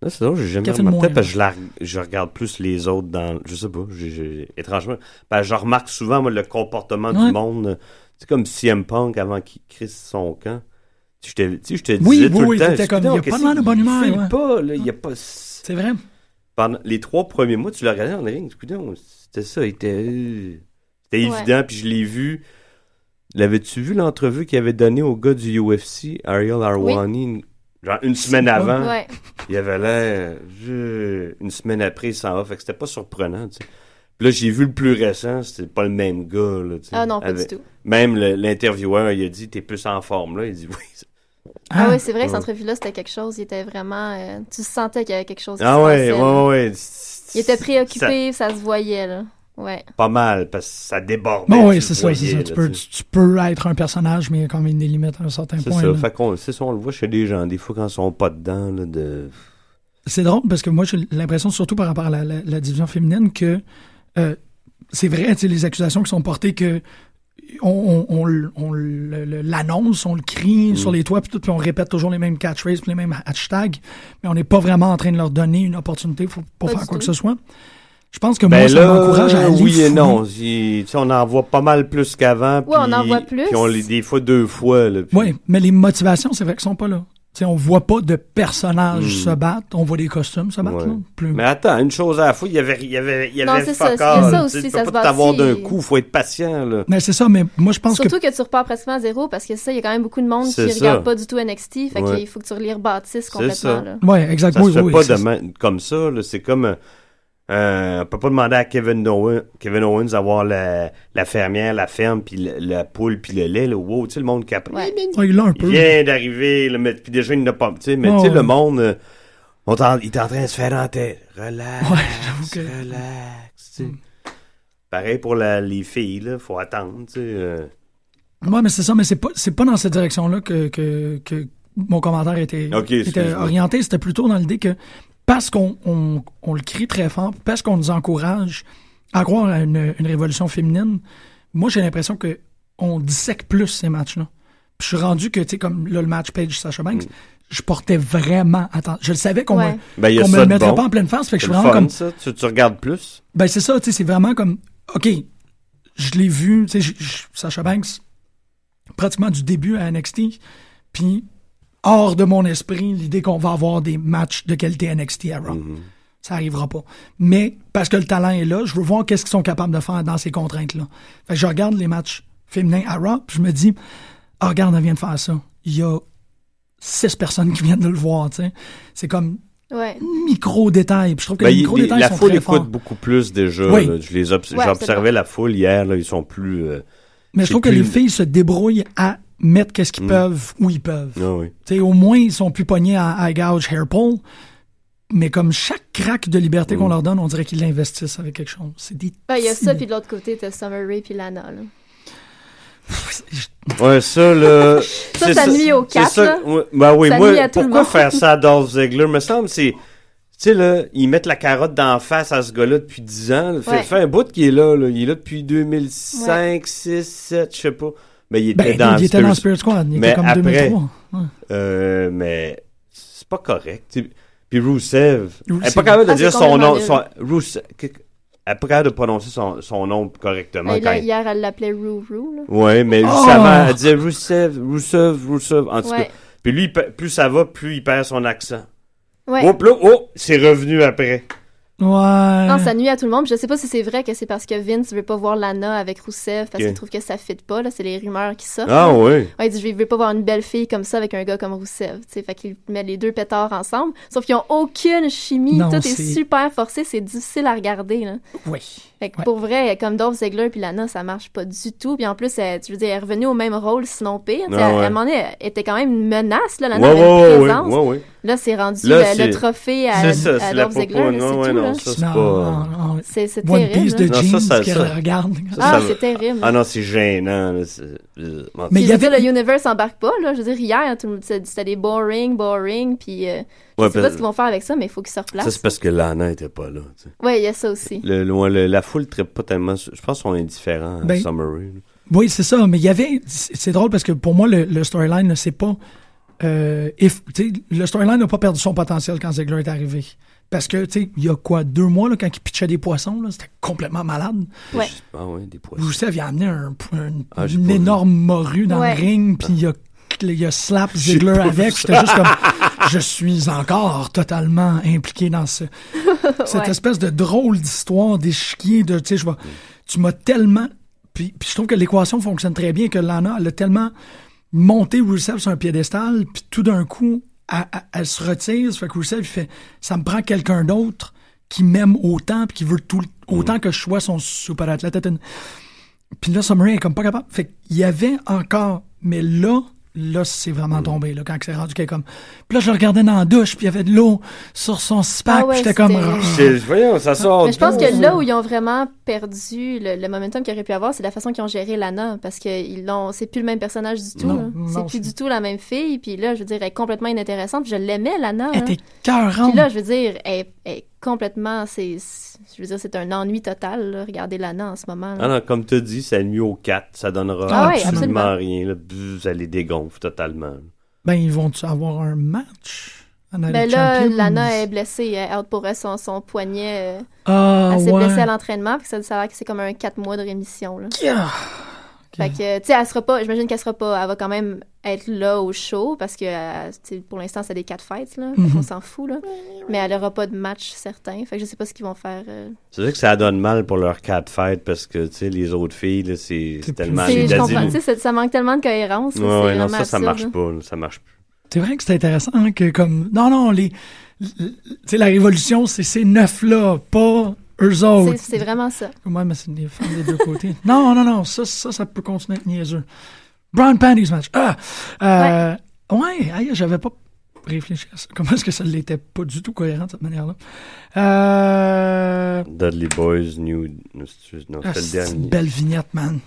S7: Là, c'est drôle, j'ai jamais
S6: Catherine
S7: remarqué
S6: Morin.
S7: parce que je, la- je regarde plus les autres dans. Je sais pas, j'ai- j'ai- étrangement. Parce que je remarque souvent moi, le comportement
S6: Ouais.
S7: du monde. euh, C'est comme CM Punk avant qu'il crisse son camp. Tu sais, je te- tu sais, je te disais
S6: Oui, oui,
S7: tout
S6: oui,
S7: le temps.
S6: t'étais
S7: je-
S6: comme, il y a
S7: non,
S6: pas de
S7: qu'est-ce
S6: mal de
S7: qu'il
S6: bonne humeur,
S7: file
S6: ouais.
S7: pas, là, il y a pas.
S6: C'est vrai. hein?
S7: Pendant les trois premiers mois, tu l'as regardé en ligne. coudonc, C'était ça, il était. euh, C'était
S8: Ouais.
S7: évident, puis je l'ai vu. L'avais-tu vu l'entrevue qu'il avait donnée au gars du UFC, Ariel Arwani, une- genre une semaine avant?
S8: Ouais.
S7: Il avait l'air. je- Une semaine après, il s'en va. Fait que c'était pas surprenant, tu sais. Puis là, j'ai vu le plus récent, c'était pas le même gars, là, tu sais.
S8: Ah non, pas
S7: Avec-
S8: du tout.
S7: Même le- l'intervieweur, il a dit, t'es plus en forme, là. Il dit, oui.
S8: Ah,
S6: Ah.
S8: ouais, c'est vrai que cette entrevue-là, c'était quelque chose. Il était vraiment. euh, tu sentais qu'il y avait quelque chose. qui
S7: Ah
S8: se
S7: ouais,
S8: passait,
S7: ouais,
S8: là.
S7: ouais, ouais.
S8: Il était préoccupé, ça... se voyait, là. Ouais.
S7: Ça- pas mal, parce que ça débordait.
S6: Bon,
S7: tu
S6: oui,
S7: le
S6: c'est ça, c'est
S7: voyais,
S6: ça.
S7: là,
S6: Tu peux,
S7: sais.
S6: tu, tu peux être un personnage, mais il y a quand même des limites à un certain
S7: C'est
S6: point.
S7: ça.
S6: là.
S7: Fait qu'on, c'est ça, on le voit chez les gens, des fois, quand ils sont pas dedans, là, de.
S6: C'est drôle parce que moi, j'ai l'impression, surtout par rapport à la, la- la division féminine, que euh, c'est vrai, tu sais, les accusations qui sont portées que on, on- on l- on le- le- l'annonce, on le
S7: Mm.
S6: crie sur les toits, puis tout, puis on répète toujours les mêmes catchphrases, puis les mêmes hashtags, mais on n'est pas vraiment en train de leur donner une opportunité pour, pour
S8: Pas
S6: faire
S8: du
S6: quoi que
S8: tout.
S6: ce soit. Je pense que
S7: Ben
S6: moi, ça
S7: là,
S6: m'encourage à aller
S7: oui et
S6: fouiller.
S7: non. Il- tu sais, on en voit pas mal plus qu'avant.
S8: Ouais, on en
S7: puis-
S8: voit plus.
S7: Puis on les, des fois, deux fois, là. puis-
S6: Oui, mais les motivations, c'est vrai qu'elles sont pas là. Tu sais, on voit pas de personnages se battre, on voit des costumes se battre.
S7: Mm. Ouais.
S6: là, plus-
S7: Mais attends, une chose à la fois, il y avait, il y avait, il y
S8: Non,
S7: avait
S8: c'est ça,
S7: fuck
S8: c'est- il y a
S7: all,
S8: ça
S7: tu
S8: aussi,
S7: sais, tu
S8: ça
S7: peux
S8: se
S7: pas t'avoir
S8: bâtit.
S7: d'un coup, faut être patient, là.
S6: Mais c'est ça, mais moi, je pense que...
S8: Surtout que... tu repars pratiquement à zéro parce que ça, il y a quand même beaucoup de monde qui
S7: C'est ça.
S8: regarde pas du tout NXT. Fait
S7: Ouais.
S8: qu'il faut que tu les rebâtisses
S7: ça.
S8: complètement, là.
S6: Ouais,
S7: Ça
S6: exactement.
S7: se fait pas de main- comme ça, là. C'est comme, euh, euh, on peut pas demander à Kevin, Owen- Kevin Owens d'avoir la, la fermière, la ferme, puis la, la poule, puis le lait, là. Wow, tu sais, le monde qui apprend.
S8: Ouais.
S6: il l'a un
S7: Il
S6: peu.
S7: vient d'arriver, là, mais, puis déjà, il n'a pas, tu sais, mais
S6: Ouais,
S7: tu sais,
S6: Ah, ouais.
S7: le monde, euh, on t'en- il est en train de se faire en tête. Relax,
S6: Ouais, j'avoue que- Hmm.
S7: relax, tu sais. Pareil pour la- les filles, là. Faut attendre, tu sais. euh.
S6: Ouais, mais c'est ça, mais c'est pas, c'est pas dans cette direction-là que, que, que mon commentaire était,
S7: Ok,
S6: était
S7: excuse-moi.
S6: orienté. C'était plutôt dans l'idée que parce qu'on on, on le crie très fort, parce qu'on nous encourage à croire à une, une révolution féminine, moi j'ai l'impression que on dissèque plus ces matchs-là. Puis je suis rendu que, tu sais, comme là, le match Page Sacha Banks, je portais vraiment attention. Je le savais qu'on
S8: Ouais.
S6: me,
S7: Mm. Ben, il y a
S6: qu'on me
S7: ça
S6: le
S7: de
S6: mettrait
S7: bon.
S6: pas en pleine face. Fait que je suis
S7: C'est le
S6: vraiment
S7: fun,
S6: comme,
S7: ça. Tu, tu regardes plus.
S6: Ben, c'est ça, tu sais, c'est vraiment comme, OK, je l'ai vu, tu sais, je- je- Sacha Banks, pratiquement du début à NXT. Puis, hors de mon esprit, l'idée qu'on va avoir des matchs de qualité NXT à Raw.
S7: Mm-hmm.
S6: Ça arrivera pas. Mais parce que le talent est là, je veux voir qu'est-ce qu'ils sont capables de faire dans ces contraintes-là. Fait que je regarde les matchs féminins à Raw, puis je me dis, ah, regarde, on vient de faire ça. Il y a six personnes qui viennent de le voir, tu sais. C'est comme
S8: Ouais.
S6: micro détail. Puis je trouve que
S7: Ben,
S6: les
S7: il-
S6: micro
S7: les-
S6: détails
S7: la
S6: sont
S7: foule
S6: très
S7: écoute
S6: forts.
S7: beaucoup plus déjà.
S6: Oui.
S7: là. Je les obs-
S8: Ouais,
S7: J'observais
S8: c'est
S7: la foule hier, là, ils sont plus. euh,
S6: Mais je
S7: c'est
S6: trouve que
S7: plus-
S6: les filles se débrouillent à mettre qu'est-ce qu'ils
S7: Mm.
S6: peuvent où ils peuvent.
S7: ah oui.
S6: Tu sais, au moins, ils sont plus pognés à high gouge hair pull. Mais comme chaque crack de liberté qu'on
S7: Mm.
S6: leur donne, on dirait qu'ils l'investissent avec quelque chose. C'est des.
S8: Ben, il y a
S6: petits-
S8: ça, puis de l'autre côté, t'as Summer Rae puis Lana. Là.
S7: Ouais, ça, là.
S8: Ça,
S7: c'est
S8: ça nuit au
S7: c'est
S8: cap,
S7: ça-
S8: là.
S7: ouais, ben oui,
S8: Ça
S7: moi,
S8: nuit à tout le
S7: pourquoi
S8: monde.
S7: faire ça à Dolph Ziggler? Me semble, c'est. Tu sais, là, ils mettent la carotte d'en face à ce gars-là depuis 10 ans. Là. Fait,
S8: Ouais.
S7: fait un bout qui est là, là. Il est là depuis 2005, 6, 7, je sais pas. Mais il était
S6: Ben,
S7: dans
S6: il était dans
S7: Spears.
S6: Spirit Squad. Il
S7: Mais
S6: était comme
S7: après-
S6: 2003. Ouais.
S7: Euh, mais c'est pas correct. T'sais, Puis Rusev, elle est
S6: Rusev.
S7: pas capable de
S8: Ah,
S7: dire
S8: c'est
S7: son
S8: complètement
S7: nom.
S8: nul.
S7: Son, Rusev, que- elle est pas capable de prononcer son, son nom correctement.
S8: Ben,
S7: quand
S8: là,
S7: il-
S8: hier, elle l'appelait Roo Roo. Là.
S7: Ouais, mais
S6: Oh!
S7: ça va, elle disait Rusev, Rusev, Rusev, en tout
S8: Ouais.
S7: cas. Puis lui, il pe- plus ça va, plus il perd son accent.
S8: Ouais.
S7: Hop là, oh, c'est revenu après.
S6: Ouais.
S8: Non, ça nuit à tout le monde. Je sais pas si c'est vrai que c'est parce que Vince veut pas voir Lana avec Rousseff parce
S7: Ok.
S8: qu'il trouve que ça fit pas. Là, c'est les rumeurs qui sortent.
S7: Ah oui.
S8: Ouais, il dit, je veux pas voir une belle fille comme ça avec un gars comme Rousseff. Tu sais, fait qu'il met les deux pétards ensemble. Sauf qu'ils ont aucune chimie.
S6: Non,
S8: Tout est...
S6: c'est-
S8: super forcé. C'est difficile à regarder, là.
S6: Oui.
S8: Fait que
S6: Ouais.
S8: pour vrai, comme Dolph Ziggler puis Lana, ça marche pas du tout. Puis en plus, elle, tu veux dire, elle est revenue au même rôle, sinon pire. Tu sais,
S7: Ah
S8: elle-
S7: ouais.
S8: À un moment donné, elle était quand même une menace, là.
S7: Ouais,
S8: Lana
S7: ouais,
S8: avait une
S7: ouais, ouais,
S8: présence.
S7: ouais, ouais.
S8: Là, c'est rendu
S7: Là,
S8: le, le
S7: c'est-
S8: trophée à,
S7: C'est ça,
S8: à
S7: c'est la
S8: Dolph Ziggler.
S7: popoune.
S8: là, C'est
S7: Ouais, ouais,
S8: tout,
S7: non,
S8: là.
S7: ça, c'est
S6: Non,
S7: pas.
S6: non, non.
S8: C'est c'est
S6: One
S8: terrible.
S6: Piece de
S8: là.
S7: Non, ça,
S6: jeans
S7: ça-
S6: qu'elle
S7: ça-
S6: regarde.
S7: ça,
S8: Ah,
S7: ça-
S8: c'est terrible.
S7: Ah non, c'est gênant. là, c'est- euh,
S6: Mais
S8: mais
S6: il y
S8: il
S6: avait-
S8: le universe embarque pas là. Je veux dire hier tout le monde c'était c'était des boring, boring, puis euh, je
S7: Ouais,
S8: sais pas
S7: parce-
S8: ce qu'ils vont faire avec ça, mais il faut qu'ils se replacent.
S7: Ça, c'est parce que Lana était pas là. tu sais.
S8: Ouais, il y a ça aussi.
S7: Le, le- ouais, le- la foule ne pas tellement. sur- Je pense qu'on est indifférent à
S6: Ben,
S7: Summer Rae, là.
S6: Oui, c'est ça. Mais il y avait. C'est c'est drôle parce que pour moi, le, le storyline, là, c'est pas. Euh, if- tu sais, le storyline n'a pas perdu son potentiel quand Ziggler est arrivé. Parce que, tu sais, il y a quoi, deux mois, là, quand il pitchait des poissons, là, c'était complètement malade.
S8: Ouais.
S7: Je sais pas, Ah ouais, des poissons.
S6: Rousseff, il a amené un, un-
S7: Ah, j'ai
S6: une
S7: pas vu.
S6: énorme morue dans
S8: Ouais.
S6: le ring, puis il a, il a slap Ziggler
S7: pas vu
S6: avec. J'étais juste comme, je suis encore totalement impliqué dans ce, cette
S8: Ouais.
S6: espèce de drôle d'histoire d'échiquier, de, tu sais, je vois, tu m'as tellement, puis, puis je trouve que l'équation fonctionne très bien, que Lana, elle a tellement monté Rousseff sur un piédestal, puis tout d'un coup, elle, elle- elle se retire, ça fait que Rousseff, il fait, ça me prend quelqu'un d'autre qui m'aime autant, puis qui veut tout, le-
S7: Mm.
S6: autant que je sois son super athlète. Puis là, Summery est comme pas capable. Fait qu'il y avait encore, mais là, là, c'est vraiment tombé, là, quand c'est rendu qu'elle est comme. Puis là, je le regardais dans la douche, puis il y avait de l'eau sur son spack,
S8: Ah ouais,
S6: puis j'étais comme.
S8: c'était-
S6: Ah.
S7: C'est- Voyons, ça sort.
S8: Mais je pense
S7: d'où,
S8: que
S7: ça?
S6: Oh.
S8: là où ils ont vraiment perdu le, le momentum qu'ils auraient pu avoir, c'est la façon qu'ils ont géré Lana, parce que ils l'ont, c'est plus le même personnage du tout.
S6: Non,
S8: là.
S6: non,
S8: c'est plus
S6: c'est-
S8: du tout la même fille. Puis là, je veux dire, elle est complètement inintéressante. Je l'aimais Lana.
S6: Elle
S8: là.
S6: était cœurante.
S8: hein. Puis là, je veux dire, elle, elle est complètement, c'est, c'est- je veux dire, c'est un ennui total. là, regarder Lana en ce moment. là.
S7: Ah non, comme tu dis, ça nuit aux 4, ça donnera
S8: Ah ouais,
S7: absolument,
S8: absolument.
S7: rien. Là, Bzz, ça les dégonfle totalement.
S6: Ben, ils vont-tu avoir un match? en Night
S8: Ben
S6: of
S8: là,
S6: Champions?
S8: Lana est blessée. Elle out pour elle, son, son poignet. euh,
S6: Ah,
S8: elle s'est
S6: ouais.
S8: blessée à l'entraînement. Puis ça, ça a l'air que c'est comme un 4 mois de rémission. Là.
S6: Ah.
S8: Fait que, euh, tu sais, elle sera pas. J'imagine qu'elle sera pas. Elle va quand même être là au show parce que, euh, tu sais, pour l'instant, c'est des 4 fights. Là, Fait qu'on
S6: Mhm.
S8: s'en fout. Là. Mais elle aura pas de match certain. Fait que je sais pas ce qu'ils vont faire. euh.
S7: C'est sûr que ça donne mal pour leur 4 fêtes parce que, tu sais, les autres filles, là, c'est c'est
S6: C'est
S7: tellement
S6: plus-
S8: C'est-
S7: les
S8: je comprends.
S7: dadines.
S8: Tu sais, ça- ça manque tellement de cohérence. là,
S7: Ouais,
S8: c'est
S7: ouais, non,
S8: vraiment
S7: ça, ça
S8: absurde, hein.
S7: marche
S8: là.
S7: pas. là, ça marche plus.
S6: C'est vrai que c'est intéressant hein, que comme non non les, l- l- tu sais la révolution c'est ces neuf là pas eux autres.
S8: C'est- C'est vraiment ça.
S6: Moi mais c'est des femmes des deux côtés. Non non non ça ça ça peut continuer à être niaiseux. Brown panties match. Ah euh, ouais, aïe, j'avais pas réfléchi à ça. Comment est-ce que ça l'était pas du tout cohérent de cette manière là. Euh,
S7: Dudley Boys, New. Non, c'est non,
S6: ah,
S7: c'était le
S6: c'est
S7: dernier.
S6: une belle vignette man.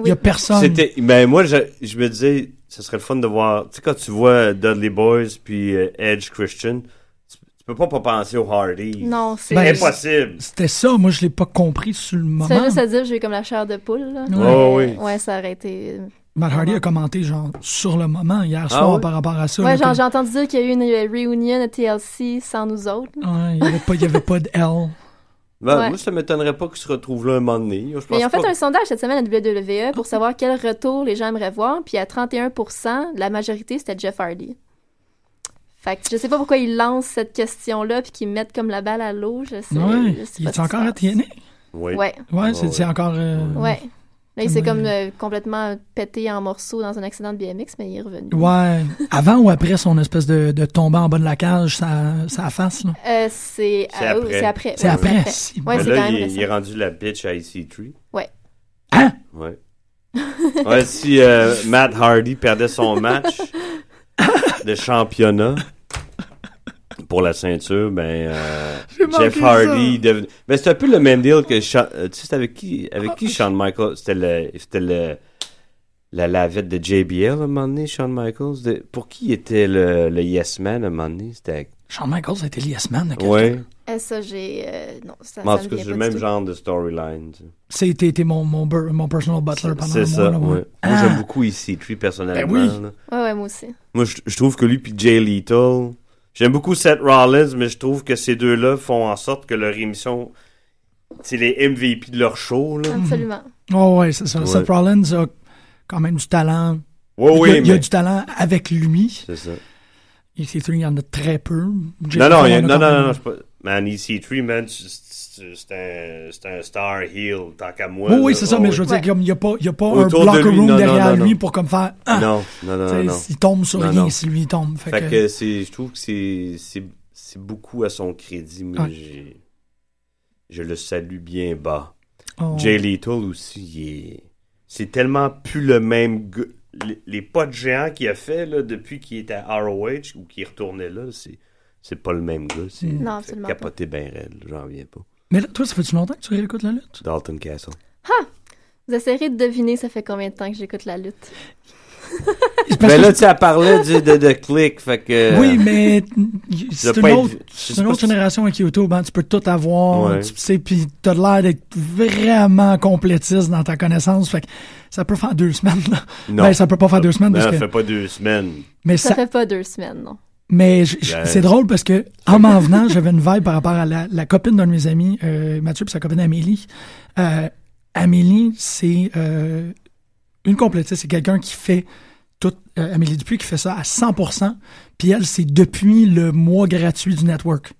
S6: Il
S8: Oui.
S6: y a personne.
S7: C'était. Ben, moi, je, je me disais, ce serait le fun de voir. Tu sais, quand tu vois Dudley Boys puis euh, Edge Christian, tu, tu peux pas pas penser aux Hardy.
S8: Non,
S7: c'est
S8: c'est.
S6: Ben,
S7: impossible.
S6: C'était ça, moi je l'ai pas compris sur le
S8: Tu fais
S6: moment.
S8: juste à dire, j'ai eu comme la chair de poule. Là.
S6: Ouais.
S7: Oh, oui.
S8: Ouais, ça aurait été. euh,
S6: Matt Hardy a commenté genre sur le moment hier soir
S7: Ah ouais?
S6: par rapport à ça. là,
S8: Ouais, genre,
S6: comme-
S8: j'ai entendu dire qu'il y a eu une euh, réunion à TLC sans nous autres.
S6: Ouais, il n'y avait, pas- il y avait pas de L.
S7: Ben,
S8: Ouais.
S7: Moi, ça m'étonnerait pas qu'ils se retrouvent là un moment donné. Je pense
S8: Mais ils ont fait
S7: pas-
S8: un sondage cette semaine à WWE pour savoir quel retour les gens aimeraient voir, puis à 31%, la majorité, c'était Jeff Hardy. Fait que je sais pas pourquoi ils lancent cette question-là, puis qu'ils mettent comme la balle à l'eau, je sais,
S6: Ouais.
S8: je sais
S6: Il
S8: pas
S6: est
S8: ce qui se
S6: encore à
S8: passe.
S6: TNA?
S7: Oui.
S8: Ouais,
S6: Ouais,
S7: Ah Ouais,
S6: c'est c'est
S7: ouais.
S6: encore. euh,
S8: ouais. Là, il
S6: Comme,
S8: s'est comme
S6: euh,
S8: euh, complètement pété en morceaux dans un accident de BMX, mais il est revenu.
S6: Ouais. Avant ou après son espèce de, de tomber en bas de la cage, sa, sa face, là?
S8: Euh, c'est
S7: C'est
S8: ah, oh,
S7: après.
S8: c'est après.
S6: C'est
S8: ouais,
S6: après, si.
S8: Ouais,
S7: Mais
S8: c'est
S7: là,
S8: quand même
S7: il, est- il est
S8: récent.
S7: rendu la bitch à IC3.
S8: Ouais.
S6: Hein?
S7: Ouais. ouais, si euh, Matt Hardy perdait son match de championnat pour la ceinture, ben euh, Jeff Hardy devenait. Ben, c'est un peu le même deal que Sha- euh, tu sais c'était avec qui avec qui Shawn Michaels c'était le c'était le la lavette de JBL à un moment donné, Shawn Michaels. De- pour qui était le, le Yes Man à un moment donné? C'était.
S6: Shawn Michaels a été le Yes Man. de quelqu'un.
S7: Ouais.
S8: Euh, ça, j'ai. euh, non, ça.
S7: Mais en tout
S8: ça me
S7: cas,
S8: vient
S7: c'est
S8: pas
S7: le
S8: du
S7: même
S8: tout.
S7: genre de storyline. tu sais.
S6: C'était été mon, mon, bur- mon personal butler pendant
S7: C'est
S6: un mois,
S7: ça,
S6: là,
S7: ouais.
S6: ouais.
S7: Moi, j'aime
S6: Ah.
S7: beaucoup EC3 personnellement.
S6: Ben oui.
S7: là.
S8: Ouais, ouais, moi aussi.
S7: Moi, je, je trouve que lui puis Jay Lethal. J'aime beaucoup Seth Rollins, mais je trouve que ces deux-là font en sorte que leur émission. C'est les MVP de leur show,
S6: Mm-hmm.
S7: là.
S8: Absolument.
S6: Oh, ouais, c'est ça.
S7: Ouais.
S6: Seth Rollins a quand même du talent. il, y
S7: Ouais,
S6: a,
S7: oui,
S6: il y a
S7: mais.
S6: du talent avec lui.
S7: C'est ça.
S6: Il sait il y en a très peu.
S7: Non, non, il y a-
S6: Jericho, on
S7: non,
S6: a quand
S7: non, non, non,
S6: même-
S7: je pas- Man, EC3, man, c'est- c'est c'est un, c'est un star heel, tant qu'à moi.
S6: Oui, oui,
S7: là.
S6: c'est ça,
S7: Oh,
S6: mais
S7: oui.
S6: je veux
S8: Ouais.
S6: dire qu'il n'y a pas, il y a pas un
S7: Autour de
S6: locker
S7: lui,
S6: room
S7: non, non,
S6: derrière
S7: non,
S6: lui
S7: non.
S6: pour comme faire Ah!
S7: Non, non,
S6: Tu sais,
S7: non, non.
S6: Il tombe sur
S7: Non,
S6: rien
S7: non.
S6: si lui il tombe. Fait
S7: Fait
S6: que-
S7: que c'est, je trouve que c'est, c'est, c'est beaucoup à son crédit, mais
S6: Ouais.
S7: j'ai- je le salue bien bas.
S6: oh.
S7: Jay Lethal aussi, il est- c'est tellement plus le même gars. Les, les potes géants qu'il a fait là, depuis qu'il était à ROH ou qu'il est retourné là, c'est, c'est pas le même gars. C'est
S6: Mm.
S8: Non,
S7: fait
S8: absolument
S7: capoter bien raide, j'en reviens pas.
S6: Mais là, toi, ça fait-tu longtemps que tu réécoutes la lutte?
S7: Dalton Castle.
S8: Vous essayerez de deviner, ça fait combien de temps que j'écoute la lutte?
S6: C'est parce
S7: Ben
S6: que-
S7: là, tu as parlé du, de, de Click, fait que... euh,
S6: Oui, mais c'est
S7: dois
S6: une
S7: pas être-
S6: autre,
S7: je
S6: c'est
S7: sais
S6: une
S7: pas
S6: autre
S7: si-
S6: génération avec YouTube. hein. Tu peux tout avoir,
S7: Ouais.
S6: tu sais, puis t'as l'air d'être vraiment complétiste dans ta connaissance. Fait que ça peut faire deux semaines. Là.
S7: Non.
S6: Ben, ça peut pas faire deux semaines.
S7: Non,
S6: parce
S7: ça
S6: que-
S7: fait pas deux semaines.
S6: Mais,
S8: Ça,
S6: ça,
S8: fait pas deux semaines, non.
S6: mais j- j-
S7: Ben.
S6: c'est drôle parce que en m'en venant, j'avais une vibe par rapport à la, la copine d'un de mes amis, euh, Mathieu, puis sa copine Amélie. Euh, Amélie, c'est euh, une complétiste. C'est quelqu'un qui fait tout. euh, Amélie Dupuis qui fait ça à 100%. Puis elle, c'est depuis le mois gratuit du network.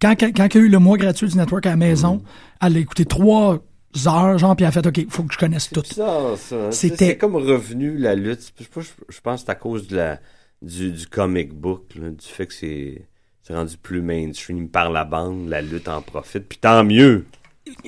S6: Quand, quand, quand il y a eu le mois gratuit du network à la maison, elle a écouté trois heures, genre, puis elle a fait OK, faut que je connaisse tout.
S7: bizarre, ça. hein.
S6: C'était-
S7: C'est c'est comme revenu la lutte. Je, sais pas, je- je pense que c'est à cause de la, du, du comic book, là, du fait que c'est c'est rendu plus mainstream par la bande, la lutte en profite. Puis tant mieux.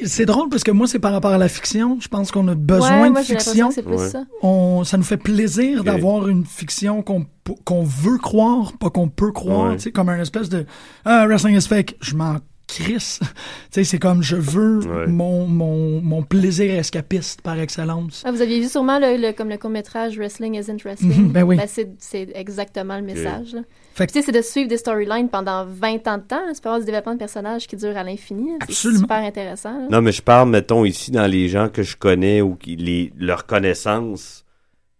S6: C'est drôle parce que moi, c'est par rapport à la fiction. Je pense qu'on a besoin
S8: ouais,
S6: de
S8: moi, j'ai l'impression
S6: fiction.
S8: que c'est plus
S7: Ouais.
S8: ça.
S6: on, ça nous fait plaisir
S7: Ok.
S6: d'avoir une fiction qu'on p- qu'on veut croire, pas qu'on peut croire,
S7: Ouais.
S6: tu sais, comme un espèce de ah, wrestling is fake, je m'en crisse. tu sais, c'est comme je veux
S7: Ouais.
S6: mon, mon, mon plaisir escapiste par excellence.
S8: Ah, vous aviez vu sûrement le, le- comme le court-métrage Wrestling Isn't Wrestling.
S6: Mhm, ben oui.
S8: c'est, c'est exactement le message. là.
S6: Fait
S8: Puis, tu sais, c'est de suivre des storylines pendant 20 ans de temps. là. C'est pas avoir du développement de personnages qui dure à l'infini. là. C'est
S6: Absolument.
S8: super intéressant. là.
S7: Non, mais je parle, mettons, ici, dans les gens que je connais ou qui, les, leur connaissance,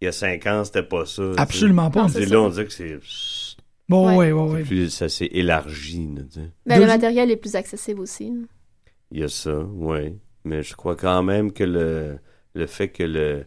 S7: il y a cinq ans, c'était pas ça. tu sais.
S6: Absolument pas.
S8: Non,
S7: Puis
S8: c'est
S7: là,
S8: ça.
S7: on dit que c'est...
S6: Bon, ouais,
S8: Ouais.
S6: ouais, ouais.
S7: c'est plus- ça s'est élargi, là, tu sais.
S8: Ben, le
S6: Deuxi-
S8: matériel est plus accessible aussi. là.
S7: Il y a ça, oui. Mais je crois quand même que le, le fait que le,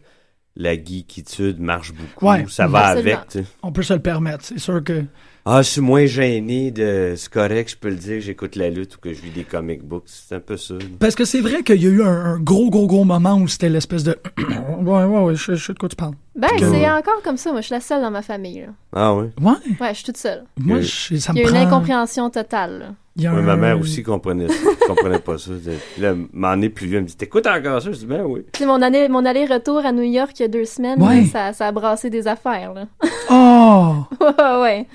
S7: la geekitude marche beaucoup,
S6: Ouais.
S7: ça va
S8: Absolument.
S7: avec. tu sais.
S6: On peut se le permettre. C'est sûr que
S7: Ah, je suis moins gêné de. C'est correct, je peux le dire, j'écoute la lutte ou que je lis des comic books. C'est un peu ça.
S6: Parce que c'est vrai qu'il y a eu un, un gros, gros, gros moment où c'était l'espèce de. ouais, ouais, ouais, je, je sais de quoi tu parles.
S8: Ben,
S7: Ouais.
S8: c'est encore comme ça. Moi, je suis la seule dans ma famille. là.
S7: Ah oui.
S6: Ouais,
S8: Ouais, je suis toute seule.
S6: moi,
S7: Ok.
S6: je- ça
S8: Il
S6: me
S8: y a
S6: prend.
S8: une incompréhension totale. là.
S6: il y a
S7: Ouais,
S6: un-
S7: ma mère aussi comprenait ça, comprenait pas ça. Puis là, m'en est plus vieux, elle me dit T'écoutes encore ça Je dis Ben oui.
S8: Tu sais, mon, année- mon aller-retour à New York il y a deux semaines,
S6: Ouais.
S8: là, ça, ça a brassé des affaires. Là.
S6: Oh!
S8: ouais, ouais.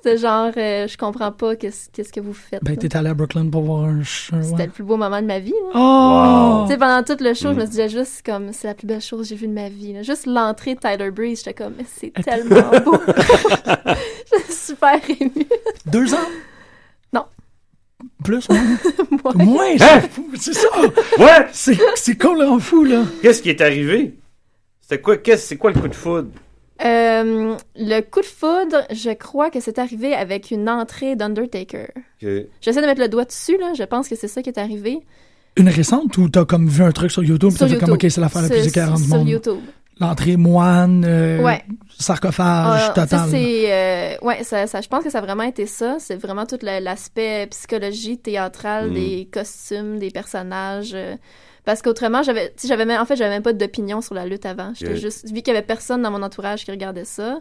S8: C'était genre, euh, je comprends pas qu'est-ce qu'est-ce que vous faites.
S6: Ben,
S8: là.
S6: t'es allé à Brooklyn pour voir un chien.
S8: C'était le plus beau moment de ma vie. là.
S6: Oh! Mm.
S8: Tu sais, pendant tout le show, je me disais juste comme c'est la plus belle chose que j'ai vue de ma vie. là. Juste l'entrée de Tyler Breeze, j'étais comme mais c'est tellement beau. J'étais super émue.
S6: Deux ans?
S8: Non.
S6: Plus, moins?
S8: Moi,
S6: moins,
S7: Hein?
S6: c'est fou, c'est ça!
S7: What
S6: C'est, c'est complètement fou, là.
S7: Qu'est-ce qui est arrivé C'était quoi Qu'est-ce C'est quoi le coup de foudre
S8: Euh, le coup de foudre, je crois que c'est arrivé avec une entrée d'Undertaker.
S7: Que-
S8: J'essaie de mettre le doigt dessus, là. Je pense que c'est ça qui est arrivé.
S6: Une récente ou t'as comme vu un truc sur YouTube,
S8: Sur
S6: t'as fait
S8: YouTube.
S6: comme ok, c'est l'affaire la plus
S8: Sur-
S6: éclairante du
S8: Sur
S6: monde.
S8: YouTube.
S6: L'entrée moine, euh,
S8: Ouais.
S6: sarcophage,
S8: Ah, ça,
S6: total.
S8: c'est, euh, ouais, ça, ça- je pense que ça a vraiment été ça. C'est vraiment tout le- l'aspect psychologie théâtrale
S7: Mm.
S8: des costumes, des personnages. euh, parce qu'autrement, j'avais, tu sais, j'avais même, en fait, j'avais même pas d'opinion sur la lutte avant. J'étais
S7: Ok.
S8: juste, vu qu'il y avait personne dans mon entourage qui regardait ça,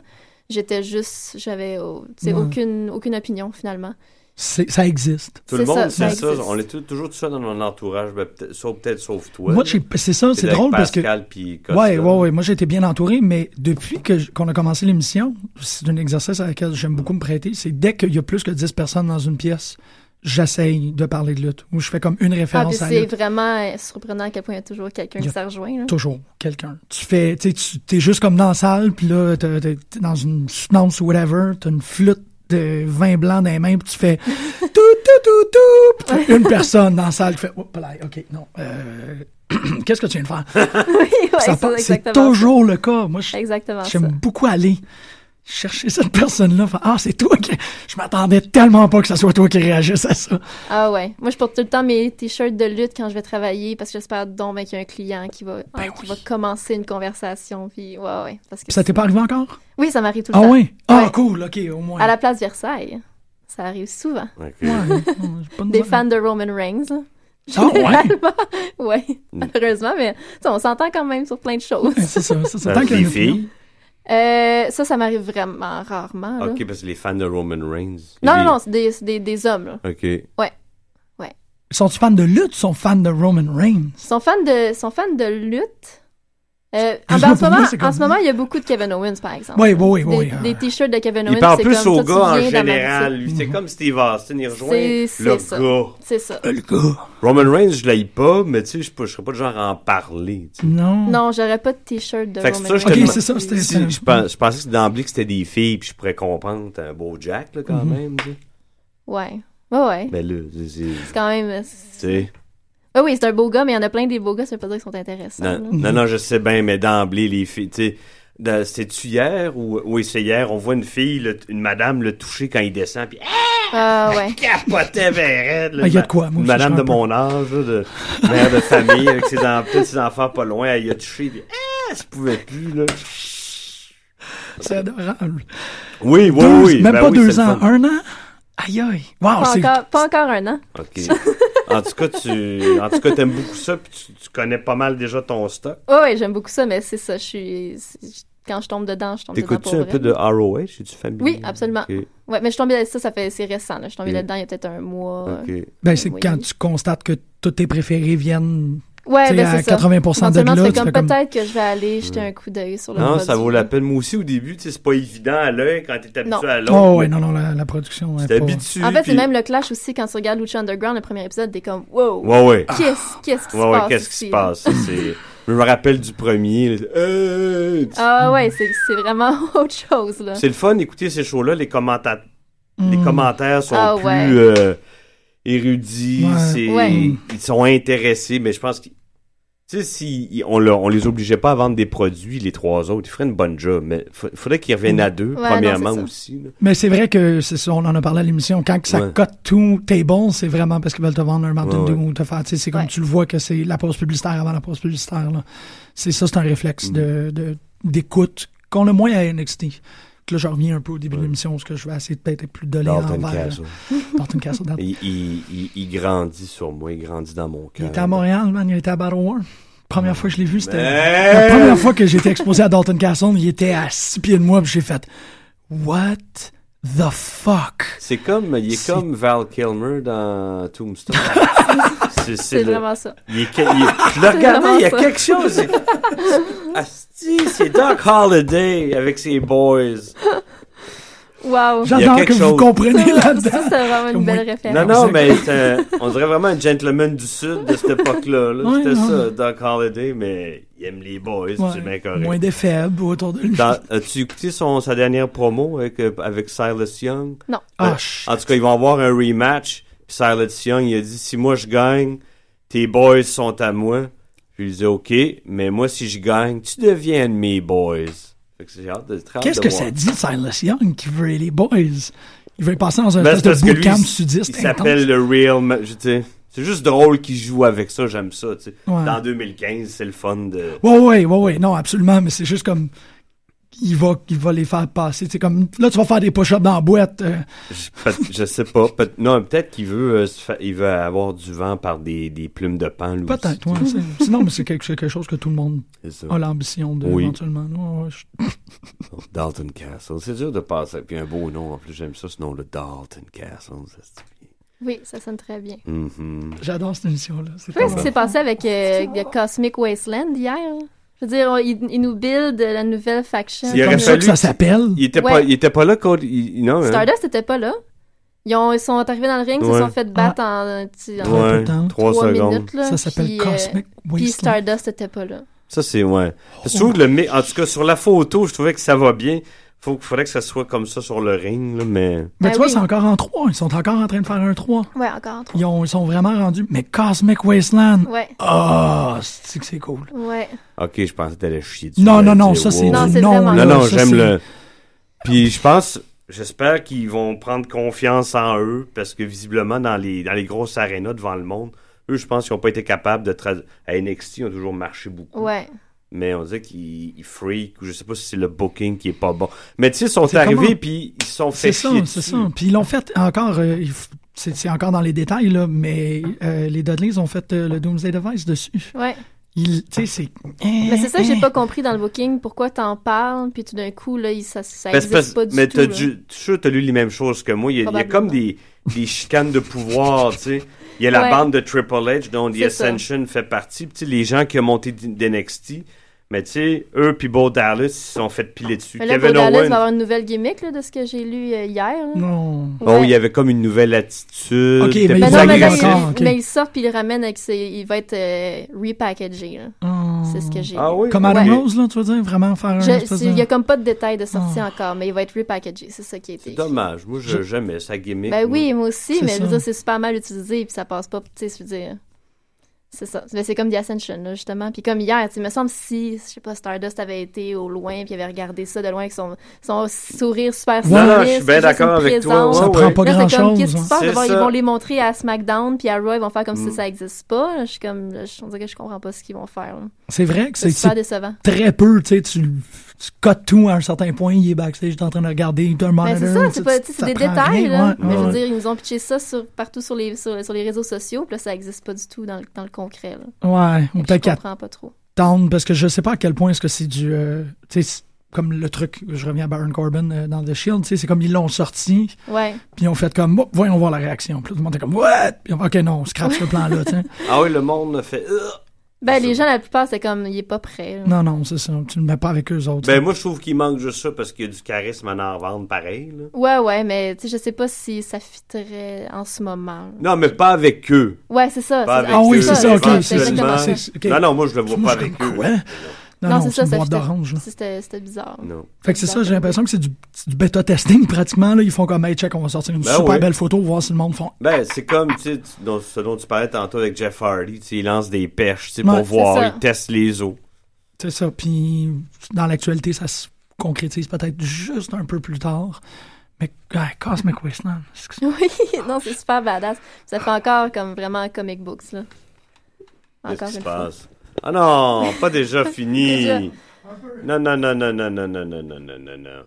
S8: j'étais juste, j'avais, oh, tu sais,
S6: Ouais.
S8: aucune, aucune opinion finalement. Ah,
S6: C'est- Ça existe.
S7: Tout le
S8: C'est ça,
S7: monde
S8: ça
S7: sait ça.
S8: existe.
S7: On est tout- toujours tout ça dans mon entourage, ben, peut-être- sauf peut-être sauf toi.
S6: Moi, j'ai- c'est ça, c'est drôle parce que.
S7: Pascal puis Costa.
S6: Ouais, ouais, ouais. Moi, j'ai été bien entouré, mais depuis que j- qu'on a commencé l'émission, c'est un exercice à laquelle j'aime beaucoup me prêter. C'est dès qu'il y a plus que 10 personnes dans une pièce, j'essaye de parler de lutte. Ou je fais comme une
S8: Ah, puis
S6: référence à la
S8: c'est
S6: lutte.
S8: vraiment euh, surprenant à quel point il y a toujours quelqu'un
S6: Il y a
S8: qui s'en rejoint. là.
S6: Toujours quelqu'un. Tu fais, tu sais, tu- t'es juste comme dans la salle, puis là, t'es t'es- t'es dans une soutenance ou whatever, t'as une flûte de vin blanc dans les mains, puis tu fais tout, tout, tout, tout, puis t'as une personne dans la salle qui fait, oh, là, ok, non, euh, qu'est-ce que tu viens de faire?
S8: Oui, ouais,
S6: Ça
S8: c'est
S6: part- c'est
S8: exactement
S6: toujours le cas. Moi, je,
S8: ça. Exactement ça.
S6: J'aime beaucoup aller chercher cette personne-là. faire, Ah, c'est toi qui. Je m'attendais tellement pas que ce soit toi qui réagisse à ça.
S8: Ah ouais. Moi, je porte tout le temps mes t-shirts de lutte quand je vais travailler parce que j'espère donc ben, qu'il y a un client qui va, hein, qui va commencer une conversation. Puis, ouais, ouais. Parce que
S6: Puis ça t'est pas arrivé encore?
S8: c'est- Oui, ça m'arrive tout le
S6: Ah
S8: temps.
S6: oui? Ah,
S8: Ouais.
S6: cool, ok, au moins.
S8: À la place Versailles, ça arrive souvent.
S7: Ok.
S6: Ouais, ouais, j'ai pas de
S8: Des
S6: nouvelles.
S8: fans de Roman Reigns. là.
S6: Ah ouais?
S8: Généralement, ouais, malheureusement, mais tu sais, on s'entend quand même sur plein de choses.
S6: Ouais, c'est ça, c'est ça.
S7: Dans
S6: Tant qu'il y
S7: les
S6: a une opinion.
S7: filles.
S8: Euh, ça, ça m'arrive vraiment rarement. Ah là.
S7: Ok, parce que les fans de Roman Reigns.
S8: Non, non, non, c'est des, c'est des, des hommes. Là.
S7: non. Ok.
S6: Sont-tu fans de lutte? Sont fans de Roman Reigns?
S8: Ils sont fans de, sont fans de lutte. Euh, ah,
S6: Excuse-moi, pour
S8: ben, en, ce moment,
S6: moi, c'est comme-
S8: en ce moment, il y a beaucoup de Kevin Owens, par exemple.
S6: Oui, oui, oui,
S8: des,
S6: oui.
S8: des
S6: euh,
S8: t-shirts de Kevin Owens.
S7: Il parle
S8: c'est
S7: plus
S8: comme,
S7: aux
S8: toi, tu
S7: gars en
S8: viens dans ma
S7: général.
S8: boutique.
S7: lui. C'est comme Steve Austin, il rejoint
S8: C'est- c'est
S7: le
S8: ça.
S7: gars.
S8: C'est ça.
S6: le gars.
S7: Roman Reigns, je l'ai pas, mais tu sais, je ne serais pas du genre à en parler. tu sais.
S6: Non.
S8: Non, j'aurais pas de t-shirt de
S7: Fait que
S8: Roman
S7: c'est ça, je
S6: Ok,
S7: te
S8: Reigns.
S7: demande-
S6: c'est ça, c'était.
S7: Si,
S6: c'était-
S7: je, pense- je pensais que d'emblée que c'était des filles, puis je pourrais comprendre t'as un beau Jack, là, quand même. tu sais.
S8: Ouais. Ouais, ouais.
S7: Mais là, c'est- c'est.
S8: C'est quand même. euh,
S7: tu
S8: c'est-
S7: sais.
S8: Ouais, oui, c'est un beau gars, mais il y en a plein des beaux gars, ça veut pas dire qu'ils sont intéressants.
S7: Non,
S8: Ah,
S7: non,
S8: là.
S7: non, je sais bien, mais d'emblée, les filles. tu sais, dans- C'était-tu hier ou oui, c'est hier? On voit une fille, le- une madame le toucher quand il descend, puis
S8: Ah, ouais.
S7: capotait vers elle. là.
S6: Ah, il y a de quoi, moi,
S7: Une
S6: je suis
S7: madame de
S6: un peu-
S7: mon âge, là, de mère de famille, avec ses, en- tous ses enfants pas loin, elle y a touché. Puis, ah, je pouvais plus, là.
S6: C'est adorable.
S7: Oui, oui,
S6: Deux-
S7: oui.
S6: même
S7: ben
S6: pas
S7: oui,
S6: deux
S7: c'est le
S6: ans,
S7: fun.
S6: un an? Aïe, aïe. Wow,
S8: Pas
S6: Ah, c'est.
S8: encore, pas encore un an.
S7: OK. En tout cas, tu en tout cas, t'aimes beaucoup ça, puis tu, tu connais pas mal déjà ton stock.
S8: Ouais, ouais, j'aime beaucoup ça, mais c'est ça. Je suis. c'est- Quand je tombe dedans, je tombe dedans. pour
S7: T'écoutes-tu un
S8: vrai.
S7: peu de ROH? Es-tu familier?
S8: Oui, absolument.
S7: OK,
S8: Ouais, mais je suis tombée là-dessus, ça fait. C'est récent, là. Je suis tombée
S7: Ok.
S8: là-dedans il y a peut-être un mois.
S7: Mm. OK.
S6: Ben, c'est
S8: Oui.
S6: quand tu constates que tous tes préférés viennent
S8: Ouais,
S6: tu sais,
S8: ben,
S6: à
S8: c'est ça.
S6: 80% de
S8: Éventuellement,
S6: là.
S8: tu fais
S6: tu
S8: comme
S6: fais comme-
S8: peut-être que je vais aller jeter un coup d'œil sur le
S7: Non, ça
S8: produit.
S7: vaut la peine. Moi aussi, au début, tu sais, c'est pas évident à l'œil quand t'es habitué
S8: Non.
S7: à l'autre.
S6: Oh, ouais, non, non, la, la production.
S7: Tu
S6: est pas-
S7: t'habitues.
S8: En fait, c'est
S7: puis-
S8: même le clash aussi quand tu regardes Lucha Underground, le premier épisode, t'es comme wow,
S7: Ouais, ouais.
S8: qu'est-ce qu'est-ce qui
S7: ouais,
S8: se
S7: ouais,
S8: passe
S7: qu'est-ce qui
S8: ici,
S7: se
S8: là?
S7: passe? ça, c'est- Je me rappelle du premier. là, euh, tu-
S8: Ah ouais, c'est c'est vraiment autre chose là.
S7: C'est le fun d'écouter ces shows-là. Les, commenta- les
S6: Mm.
S7: commentaires sont
S8: Hmm. Ah,
S7: plus
S8: ouais.
S7: euh, érudits.
S6: Ouais.
S7: c'est-
S8: Ouais.
S7: Ils sont intéressés, mais je pense que. Tu sais, si ils- on, le- on les obligeait pas à vendre des produits, les trois autres, ils feraient une bonne job. Mais fa- faudrait qu'ils reviennent à deux,
S8: Ouais, non,
S7: premièrement
S8: c'est ça.
S7: aussi. là.
S6: Mais c'est vrai que c'est ça, on en a parlé à l'émission. Quand que ça
S7: Ouais.
S6: cote tout table, c'est vraiment parce qu'ils veulent te vendre un Mountain
S7: Ouais,
S6: Dew
S7: ouais.
S6: ou te faire. tu sais, C'est comme
S8: Ouais.
S6: tu le vois que c'est la pause publicitaire avant la pause publicitaire. là. C'est ça, c'est un
S7: Mm.
S6: réflexe de de- d'écoute qu'on a moins à NXT. Donc Là, je reviens un peu au début de l'émission parce que je vais essayer de peut-être être plus dolent
S7: Dalton
S6: envers euh,
S7: Castle.
S6: Dalton Castle. Dalton-
S7: Il, il- il- il grandit sur moi, il grandit dans mon
S6: Il
S7: cœur.
S6: était à Montréal, man. Il était à Battle War. Première fois que je l'ai vu, c'était.
S7: Hey!
S6: La première fois que j'ai été exposé à Dalton Castle, il était à six pieds de moi, puis j'ai fait What the fuck?
S7: C'est comme, il est
S6: C'est-
S7: comme Val Kilmer dans Tombstone. c'est
S8: C'est
S7: le-
S8: vraiment ça.
S7: Il est que- il est- je le regardais, il y a
S8: vraiment ça.
S7: quelque chose. Asti, c'est Doc Holliday avec ses boys.
S8: Wow.
S7: y a
S6: J'adore
S7: quelque
S6: que vous
S7: chose.
S6: compreniez
S8: Ça,
S6: là-dedans.
S8: ça, c'est vraiment une
S6: Comme
S8: belle
S6: moi.
S7: Non,
S8: référence.
S7: non, mais c'est un- on dirait vraiment un gentleman du Sud de cette époque-là. là.
S6: Ouais,
S7: C'était
S6: non.
S7: ça, Doc Holliday, mais il aime les boys, c'est bien
S6: Ouais,
S7: correct.
S6: Moins des faibles autour de lui.
S7: Dans- As-tu écouté son, sa dernière promo avec, euh, avec Silas Young?
S8: Non.
S6: Ah,
S7: Euh,
S6: shit.
S7: en tout cas, ils vont avoir un rematch. Puis Silas Young, il a dit si moi je gagne, tes boys sont à moi. Puis il dit ok, mais moi si je gagne, tu deviens un de mes boys. Fait que j'ai hâte de très hâte
S6: Qu'est-ce
S7: de
S6: que
S7: voir.
S6: ça dit, Silas Young, qui veut les boys? Il veut passer dans un
S7: Ben, c'est
S6: espèce
S7: parce
S6: de
S7: que lui,
S6: bootcamp
S7: il-
S6: sudiste.
S7: Il
S6: intense.
S7: s'appelle le Real. Ma- je- tu sais, C'est juste drôle qu'il joue avec ça, j'aime ça. tu sais.
S6: Ouais.
S7: Dans 2015, c'est le fun de.
S6: Ouais, ouais, ouais, ouais, non, absolument, mais c'est juste comme. Il va, il va les faire passer. C'est comme. Là, tu vas faire des push-ups dans la boîte. euh,
S7: Je, peut- je sais pas. peut- non, peut-être qu'il veut, euh, se fa- il veut avoir du vent par des, des plumes de pan. lui aussi,
S6: Peut-être,
S7: tu
S6: ouais.
S7: sais,
S6: c'est- Sinon, mais c'est quelque, c'est quelque chose que tout le monde
S7: c'est ça.
S6: a Ah, l'ambition de,
S7: Oui.
S6: éventuellement. Ouais, ouais, je-
S7: Dalton Castle. C'est dur de passer. Puis un beau nom, en plus, j'aime ça, ce nom-là. Dalton Castle. ça se dit.
S8: Oui, ça sonne très bien.
S7: Mhm.
S6: J'adore cette émission-là. C'est
S8: Je sais pas ce
S6: tellement-
S8: qui s'est passé avec euh, le Cosmic Wasteland hier. Je veux dire, on- ils ils nous build la nouvelle faction.
S7: Il aurait
S6: comme
S8: Comme
S6: ça
S7: fallu-
S6: que ça s'appelle.
S7: Il, était
S8: Ouais.
S7: pas, il était pas là, Cody. Il- non, hein?
S8: Stardust n'était pas là. Ils, ont- ils sont arrivés dans le ring, ils
S7: Ouais.
S8: se sont fait battre en, tu- en
S6: Ouais.
S7: Ouais,
S6: Attends.
S7: trois
S8: trois
S7: secondes.
S8: minutes. Là,
S6: Ah. Ça s'appelle
S8: puis, euh,
S6: Cosmic
S8: Puis
S6: Wasteland.
S8: Stardust n'était pas là.
S7: Ça, c'est, ouais. Parce que je trouve que le, mi- en tout cas, sur la photo, je trouvais que ça va bien. Faut, faudrait que ça soit comme ça sur le ring, là, mais.
S6: Mais
S8: Ah
S6: tu vois,
S8: oui.
S6: c'est encore en 3. Ils sont encore en train de faire un 3.
S8: Ouais, encore en trois.
S6: Ils, ont- ils sont vraiment rendus. Mais Cosmic Wasteland.
S8: Ouais,
S6: Ah, c'est que c'est cool.
S8: ouais.
S7: Ok, je pensais que t'allais chier dessus.
S6: Non,
S7: là,
S6: non, non,
S7: dire,
S6: ça c'est
S7: wow.
S8: Non,
S6: du
S8: c'est
S6: non.
S8: vraiment
S6: là,
S7: Non, non,
S6: ça,
S7: j'aime
S6: c'est-
S7: le. Puis je pense, j'espère qu'ils vont prendre confiance en eux parce que visiblement dans les dans les grosses arénas devant le monde, eux, je pense qu'ils n'ont pas été capables de tra- à NXT, ils ont toujours marché beaucoup.
S8: Ouais.
S7: Mais on dirait qu'ils ils freak ou je sais pas si c'est le booking qui est pas bon. Mais tu sais, ils sont
S6: C'est comment-
S7: arrivés puis ils se sont fait
S6: C'est ça,
S7: chier
S6: c'est
S7: dessus.
S6: ça. Puis ils l'ont fait encore. euh, il f- c'est c'est encore dans les détails, là, mais euh, les Dudleys ont fait euh, le Doomsday Device dessus.
S8: Ouais.
S6: Ils- Tu sais, c'est. Eh,
S8: Mais Ben, c'est ça que j'ai pas compris dans le booking. Pourquoi t'en parles, puis tout d'un coup, là, il- ça, ça
S7: Mais c'est parce-
S8: existe Ben, pas du
S7: mais
S8: tout.
S7: t'as
S8: là.
S7: dû- je suis sûr que t'as lu les mêmes choses que moi. Il y a, il y a comme
S8: Probablement.
S7: des, des chicanes de pouvoir, tu sais. Il y a la
S8: Ouais.
S7: bande de Triple H dont The
S8: C'est ça.
S7: Ascension fait partie. Puis tu sais, les gens qui ont monté d- d'NXT. Mais tu sais, eux puis Bo Dallas, ils se sont fait piler dessus.
S8: Mais là,
S7: Kevin
S8: Bo Dallas
S7: Owens.
S8: va avoir une nouvelle gimmick là, de ce que j'ai lu euh, hier. là.
S6: eh. Non.
S7: Bon,
S8: Ouais.
S7: Oh, Ah il y avait comme une nouvelle attitude.
S6: Ok, mais ils
S7: c'était plus
S8: Mais
S6: vont
S8: non, mais, là,
S6: arriver
S8: il,
S7: agressif.
S6: encore, Ah, ok.
S8: mais il sort puis il le ramène avec ses. Il va être euh, repackagé. là.
S6: Ah.
S8: C'est ce que j'ai.
S7: Ah
S8: lu.
S7: oui?
S6: Comme Adam
S7: Ouais.
S6: Rose, là, tu veux dire, vraiment faire un.
S8: Je-
S6: espèce
S8: c'est- Il
S6: de-
S8: n'y a comme pas de détails de sortie
S6: Ah.
S8: encore, mais il va être repackagé. C'est ça qui a été.
S7: C'est
S8: écrit.
S7: dommage. Moi, je, j'aimais sa gimmick.
S8: Ben
S7: moi.
S8: oui, moi aussi,
S6: C'est
S8: mais je veux
S6: ça.
S8: dire, c'est super mal utilisé puis ça passe pas. Tu sais, je veux dire. C'est ça. Mais c'est comme The Ascension, là, justement. Puis comme hier, tu sais, il me semble si, je sais pas, Stardust avait été au loin puis avait regardé ça de loin avec son, son sourire super
S7: Non, non,
S8: sinistre,
S7: je suis bien
S8: juste
S7: d'accord
S8: une
S7: avec toi,
S8: présence.
S7: ouais,
S6: Ça
S7: ouais.
S6: prend pas
S8: Là,
S6: grand
S8: c'est comme,
S6: chose.
S8: qu'est-ce qui se passe?
S7: C'est
S8: D'abord, Ils
S7: ça.
S8: vont les montrer à SmackDown, puis à Raw, ils vont faire comme
S7: Mm.
S8: si ça n'existe pas. Je suis comme, je, on dirait que je comprends pas ce qu'ils vont faire. là.
S6: C'est vrai que
S8: C'est
S6: c'est
S8: super décevant.
S6: c'est très peu, tu sais, tu, tu cotes tout à un certain point, il est backstage, t'es en train de regarder, t'as un
S8: Mais
S6: monitor.
S8: Ben, c'est ça, c'est
S6: tu-
S8: pas- tu sais, c'est
S6: ça
S8: des
S6: prend
S8: détails,
S6: rien,
S8: là.
S6: ouais.
S8: Mais je veux
S7: Ouais.
S8: dire, ils nous ont pitché ça sur, partout sur les, sur, sur les réseaux sociaux, puis là, ça n'existe pas du tout dans le, dans le concret, là.
S6: Ouais, ou
S8: Fait
S6: peut-être
S8: que Je
S6: qu'à
S8: comprends pas trop.
S6: attendre, parce que je sais pas à quel point est-ce que c'est du. euh, tu sais, c'est comme le truc, je reviens à Baron Corbin euh, dans The Shield, tu sais, c'est comme ils l'ont sorti,
S8: Ouais.
S6: puis ils ont fait comme, oh, voyons voir la réaction. Puis là, tout le monde était comme, what? Puis on- ok, non, on scratch ce plan-là, tu sais.
S7: Ah oui, le monde a fait. Ugh.
S8: Ben, les gens, la plupart, c'est comme, il est pas prêt. là.
S6: Non, non, c'est ça, tu ne mets pas avec eux autres.
S7: Ben moi, je trouve qu'il manque juste ça parce qu'il y a du charisme à en vendre pareil. là.
S8: Ouais, ouais, mais tu sais, je sais pas si ça fitterait en ce moment. là.
S7: Non, mais pas avec eux.
S8: Ouais, c'est ça.
S7: Pas
S8: c'est-
S7: avec
S6: Ah oui,
S7: eux,
S6: c'est ça, ok,
S8: c'est
S7: éventuellement.
S8: exactement ça.
S6: c'est- ok.
S7: Non, non, moi, je le vois
S6: Moi,
S7: pas
S6: je suis
S7: avec
S6: comme,
S7: eux.
S6: quoi? Non,
S8: Non,
S6: non,
S8: c'est
S6: c'est
S8: ça,
S6: une
S8: ça
S6: boîte
S8: fitait-
S6: d'orange, là.
S8: C'était c'était bizarre.
S7: Non.
S6: Fait que c'est ça, j'ai l'impression que c'est du, c'est du bêta-testing pratiquement. Là. Ils font comme, hey, check, on va sortir une
S7: Ben
S6: super
S7: oui.
S6: belle photo, voir si le monde font.
S7: Ben, c'est comme, tu sais, tu- dont- ce dont tu parlais tantôt avec Jeff Hardy, tu sais, il lance des perches, tu sais,
S6: Ouais,
S7: pour
S6: c'est
S7: voir,
S8: ça.
S7: il teste les eaux.
S6: C'est ça. Puis dans l'actualité, ça se concrétise peut-être juste un peu plus tard. Mais ah, Cosmic Wasteland, c'est que c'est-
S8: Oui, non, c'est super badass. Ça fait encore comme vraiment comic books, là.
S7: Qu'est-ce
S8: Encore
S7: qui se
S8: une fois.
S7: passe? Ah non, pas déjà fini.
S8: Déjà.
S7: Non, non, non, non, non, non, non, non, non, non, non, non.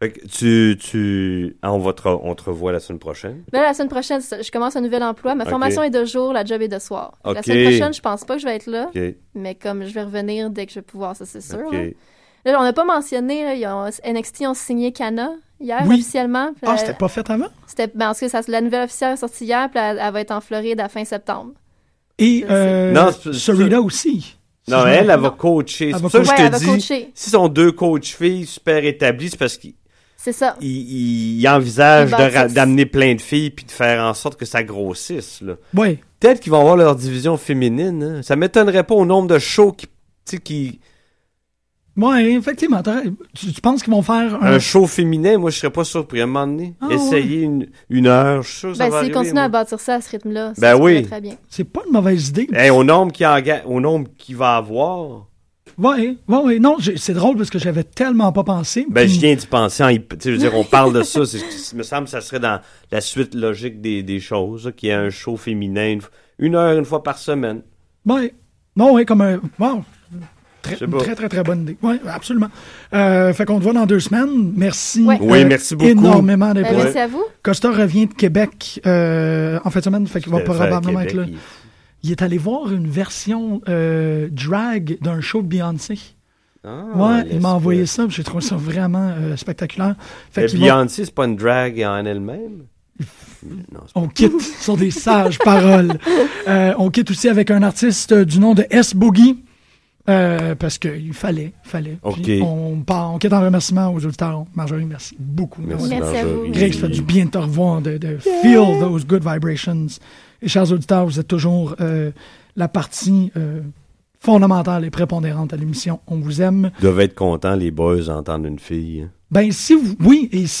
S7: Fait que tu, tu, ah, on va te, re- on te revoit la semaine prochaine.
S8: Mais la semaine prochaine, je commence un nouvel emploi. Ma
S7: Ok.
S8: formation est de jour, la job est de soir. La
S7: Ok.
S8: semaine prochaine, je pense pas que je vais être là,
S7: Ok,
S8: mais comme je vais revenir dès que je vais pouvoir, ça c'est sûr.
S7: ok.
S8: là. Là, on n'a pas mentionné, là, ils ont- NXT ont signé Kana hier
S6: Oui.
S8: officiellement. Puis
S6: Ah,
S8: la-
S6: c'était pas fait avant?
S8: c'était- ben, en tout cas, ça- la nouvelle officielle est sortie hier, puis elle, elle va être en Floride à fin septembre.
S6: Et euh,
S7: Non, c'est-
S6: Sarita aussi.
S7: Non,
S6: Si
S7: elle,
S6: je-
S7: elle va coacher.
S6: Elle
S7: C'est
S6: va
S7: pour ça que
S8: ouais,
S7: je
S8: elle
S7: te
S8: va
S7: dis,
S8: coacher.
S7: si sont deux coachs filles super établis, c'est parce qu'ils
S8: C'est ça.
S7: il, il envisage
S8: Ils
S7: de ra-
S8: bâtissent.
S7: d'amener plein de filles puis de faire en sorte que ça grossisse. là.
S6: Ouais.
S7: Peut-être qu'ils vont avoir leur division féminine. hein. Ça m'étonnerait pas au nombre de shows qui. tu sais, qui
S6: Ouais, effectivement. t'as- Tu, tu penses qu'ils vont faire un.
S7: un show féminin, moi, je serais pas surpris à un moment donné.
S6: Ah,
S7: Essayer une, une heure, je suis sûr que ça
S8: Ben,
S7: va
S8: s'ils
S7: arriver,
S8: continuent
S7: moi.
S8: à bâtir ça à ce rythme-là, ça
S7: Ben
S8: se pourrait
S7: oui.
S8: très bien.
S6: C'est pas une mauvaise idée.
S7: Hey, au nombre qui enga- au nombre qu'il va avoir,
S6: Ouais, ouais, ouais. Non, j'ai- c'est drôle parce que j'avais tellement pas pensé.
S7: Ben,
S6: puis-
S7: je viens d'y penser. en hy- tu sais, je veux dire, on parle de ça. c'est- Il me semble que ça serait dans la suite logique des, des choses, là, qu'il y a un show féminin une, f- une heure, une fois par semaine.
S6: Ouais. Ben, Non, ouais, comme un. Wow. Très,
S7: Je sais
S6: une
S7: pas.
S6: très, très, très bonne idée. Oui, absolument. Euh, fait qu'on te voit dans deux semaines. Merci. euh,
S8: Ouais.
S7: Oui, merci beaucoup.
S6: Énormément d'être
S8: Euh,
S6: là.
S8: Merci à vous.
S6: Costa revient de Québec euh, en fin de semaine, fait qu'il va
S7: Je vais faire à
S6: probablement être là.
S7: Québec,
S6: Il est allé voir une version euh, drag d'un show de Beyoncé.
S7: il- Ah,
S6: ouais, il
S7: laisse-
S6: m'a envoyé ça, puis j'ai trouvé ça vraiment euh, spectaculaire. Fait
S7: Mais
S6: qu'il va-
S7: Beyoncé, c'est pas une drague en elle-même? Non, c'est pas-
S6: on quitte sur des sages paroles. Euh, on quitte aussi avec un artiste du nom de S Boogie. euh, parce qu'il fallait, fallait. Puis
S7: Ok.
S6: On, part, on quitte en remerciement aux auditeurs. Marjorie, merci beaucoup.
S7: Merci,
S8: Merci à
S7: Marjorie.
S8: vous.
S6: Greg, ça fait du bien de te revoir, de, de feel those good vibrations. Et chers auditeurs, vous êtes toujours euh, la partie euh, fondamentale et prépondérante à l'émission. On vous aime.
S7: Ils doivent être contents, les boys, d'entendre une fille. hein.
S6: Ben, si vous, oui, et si vous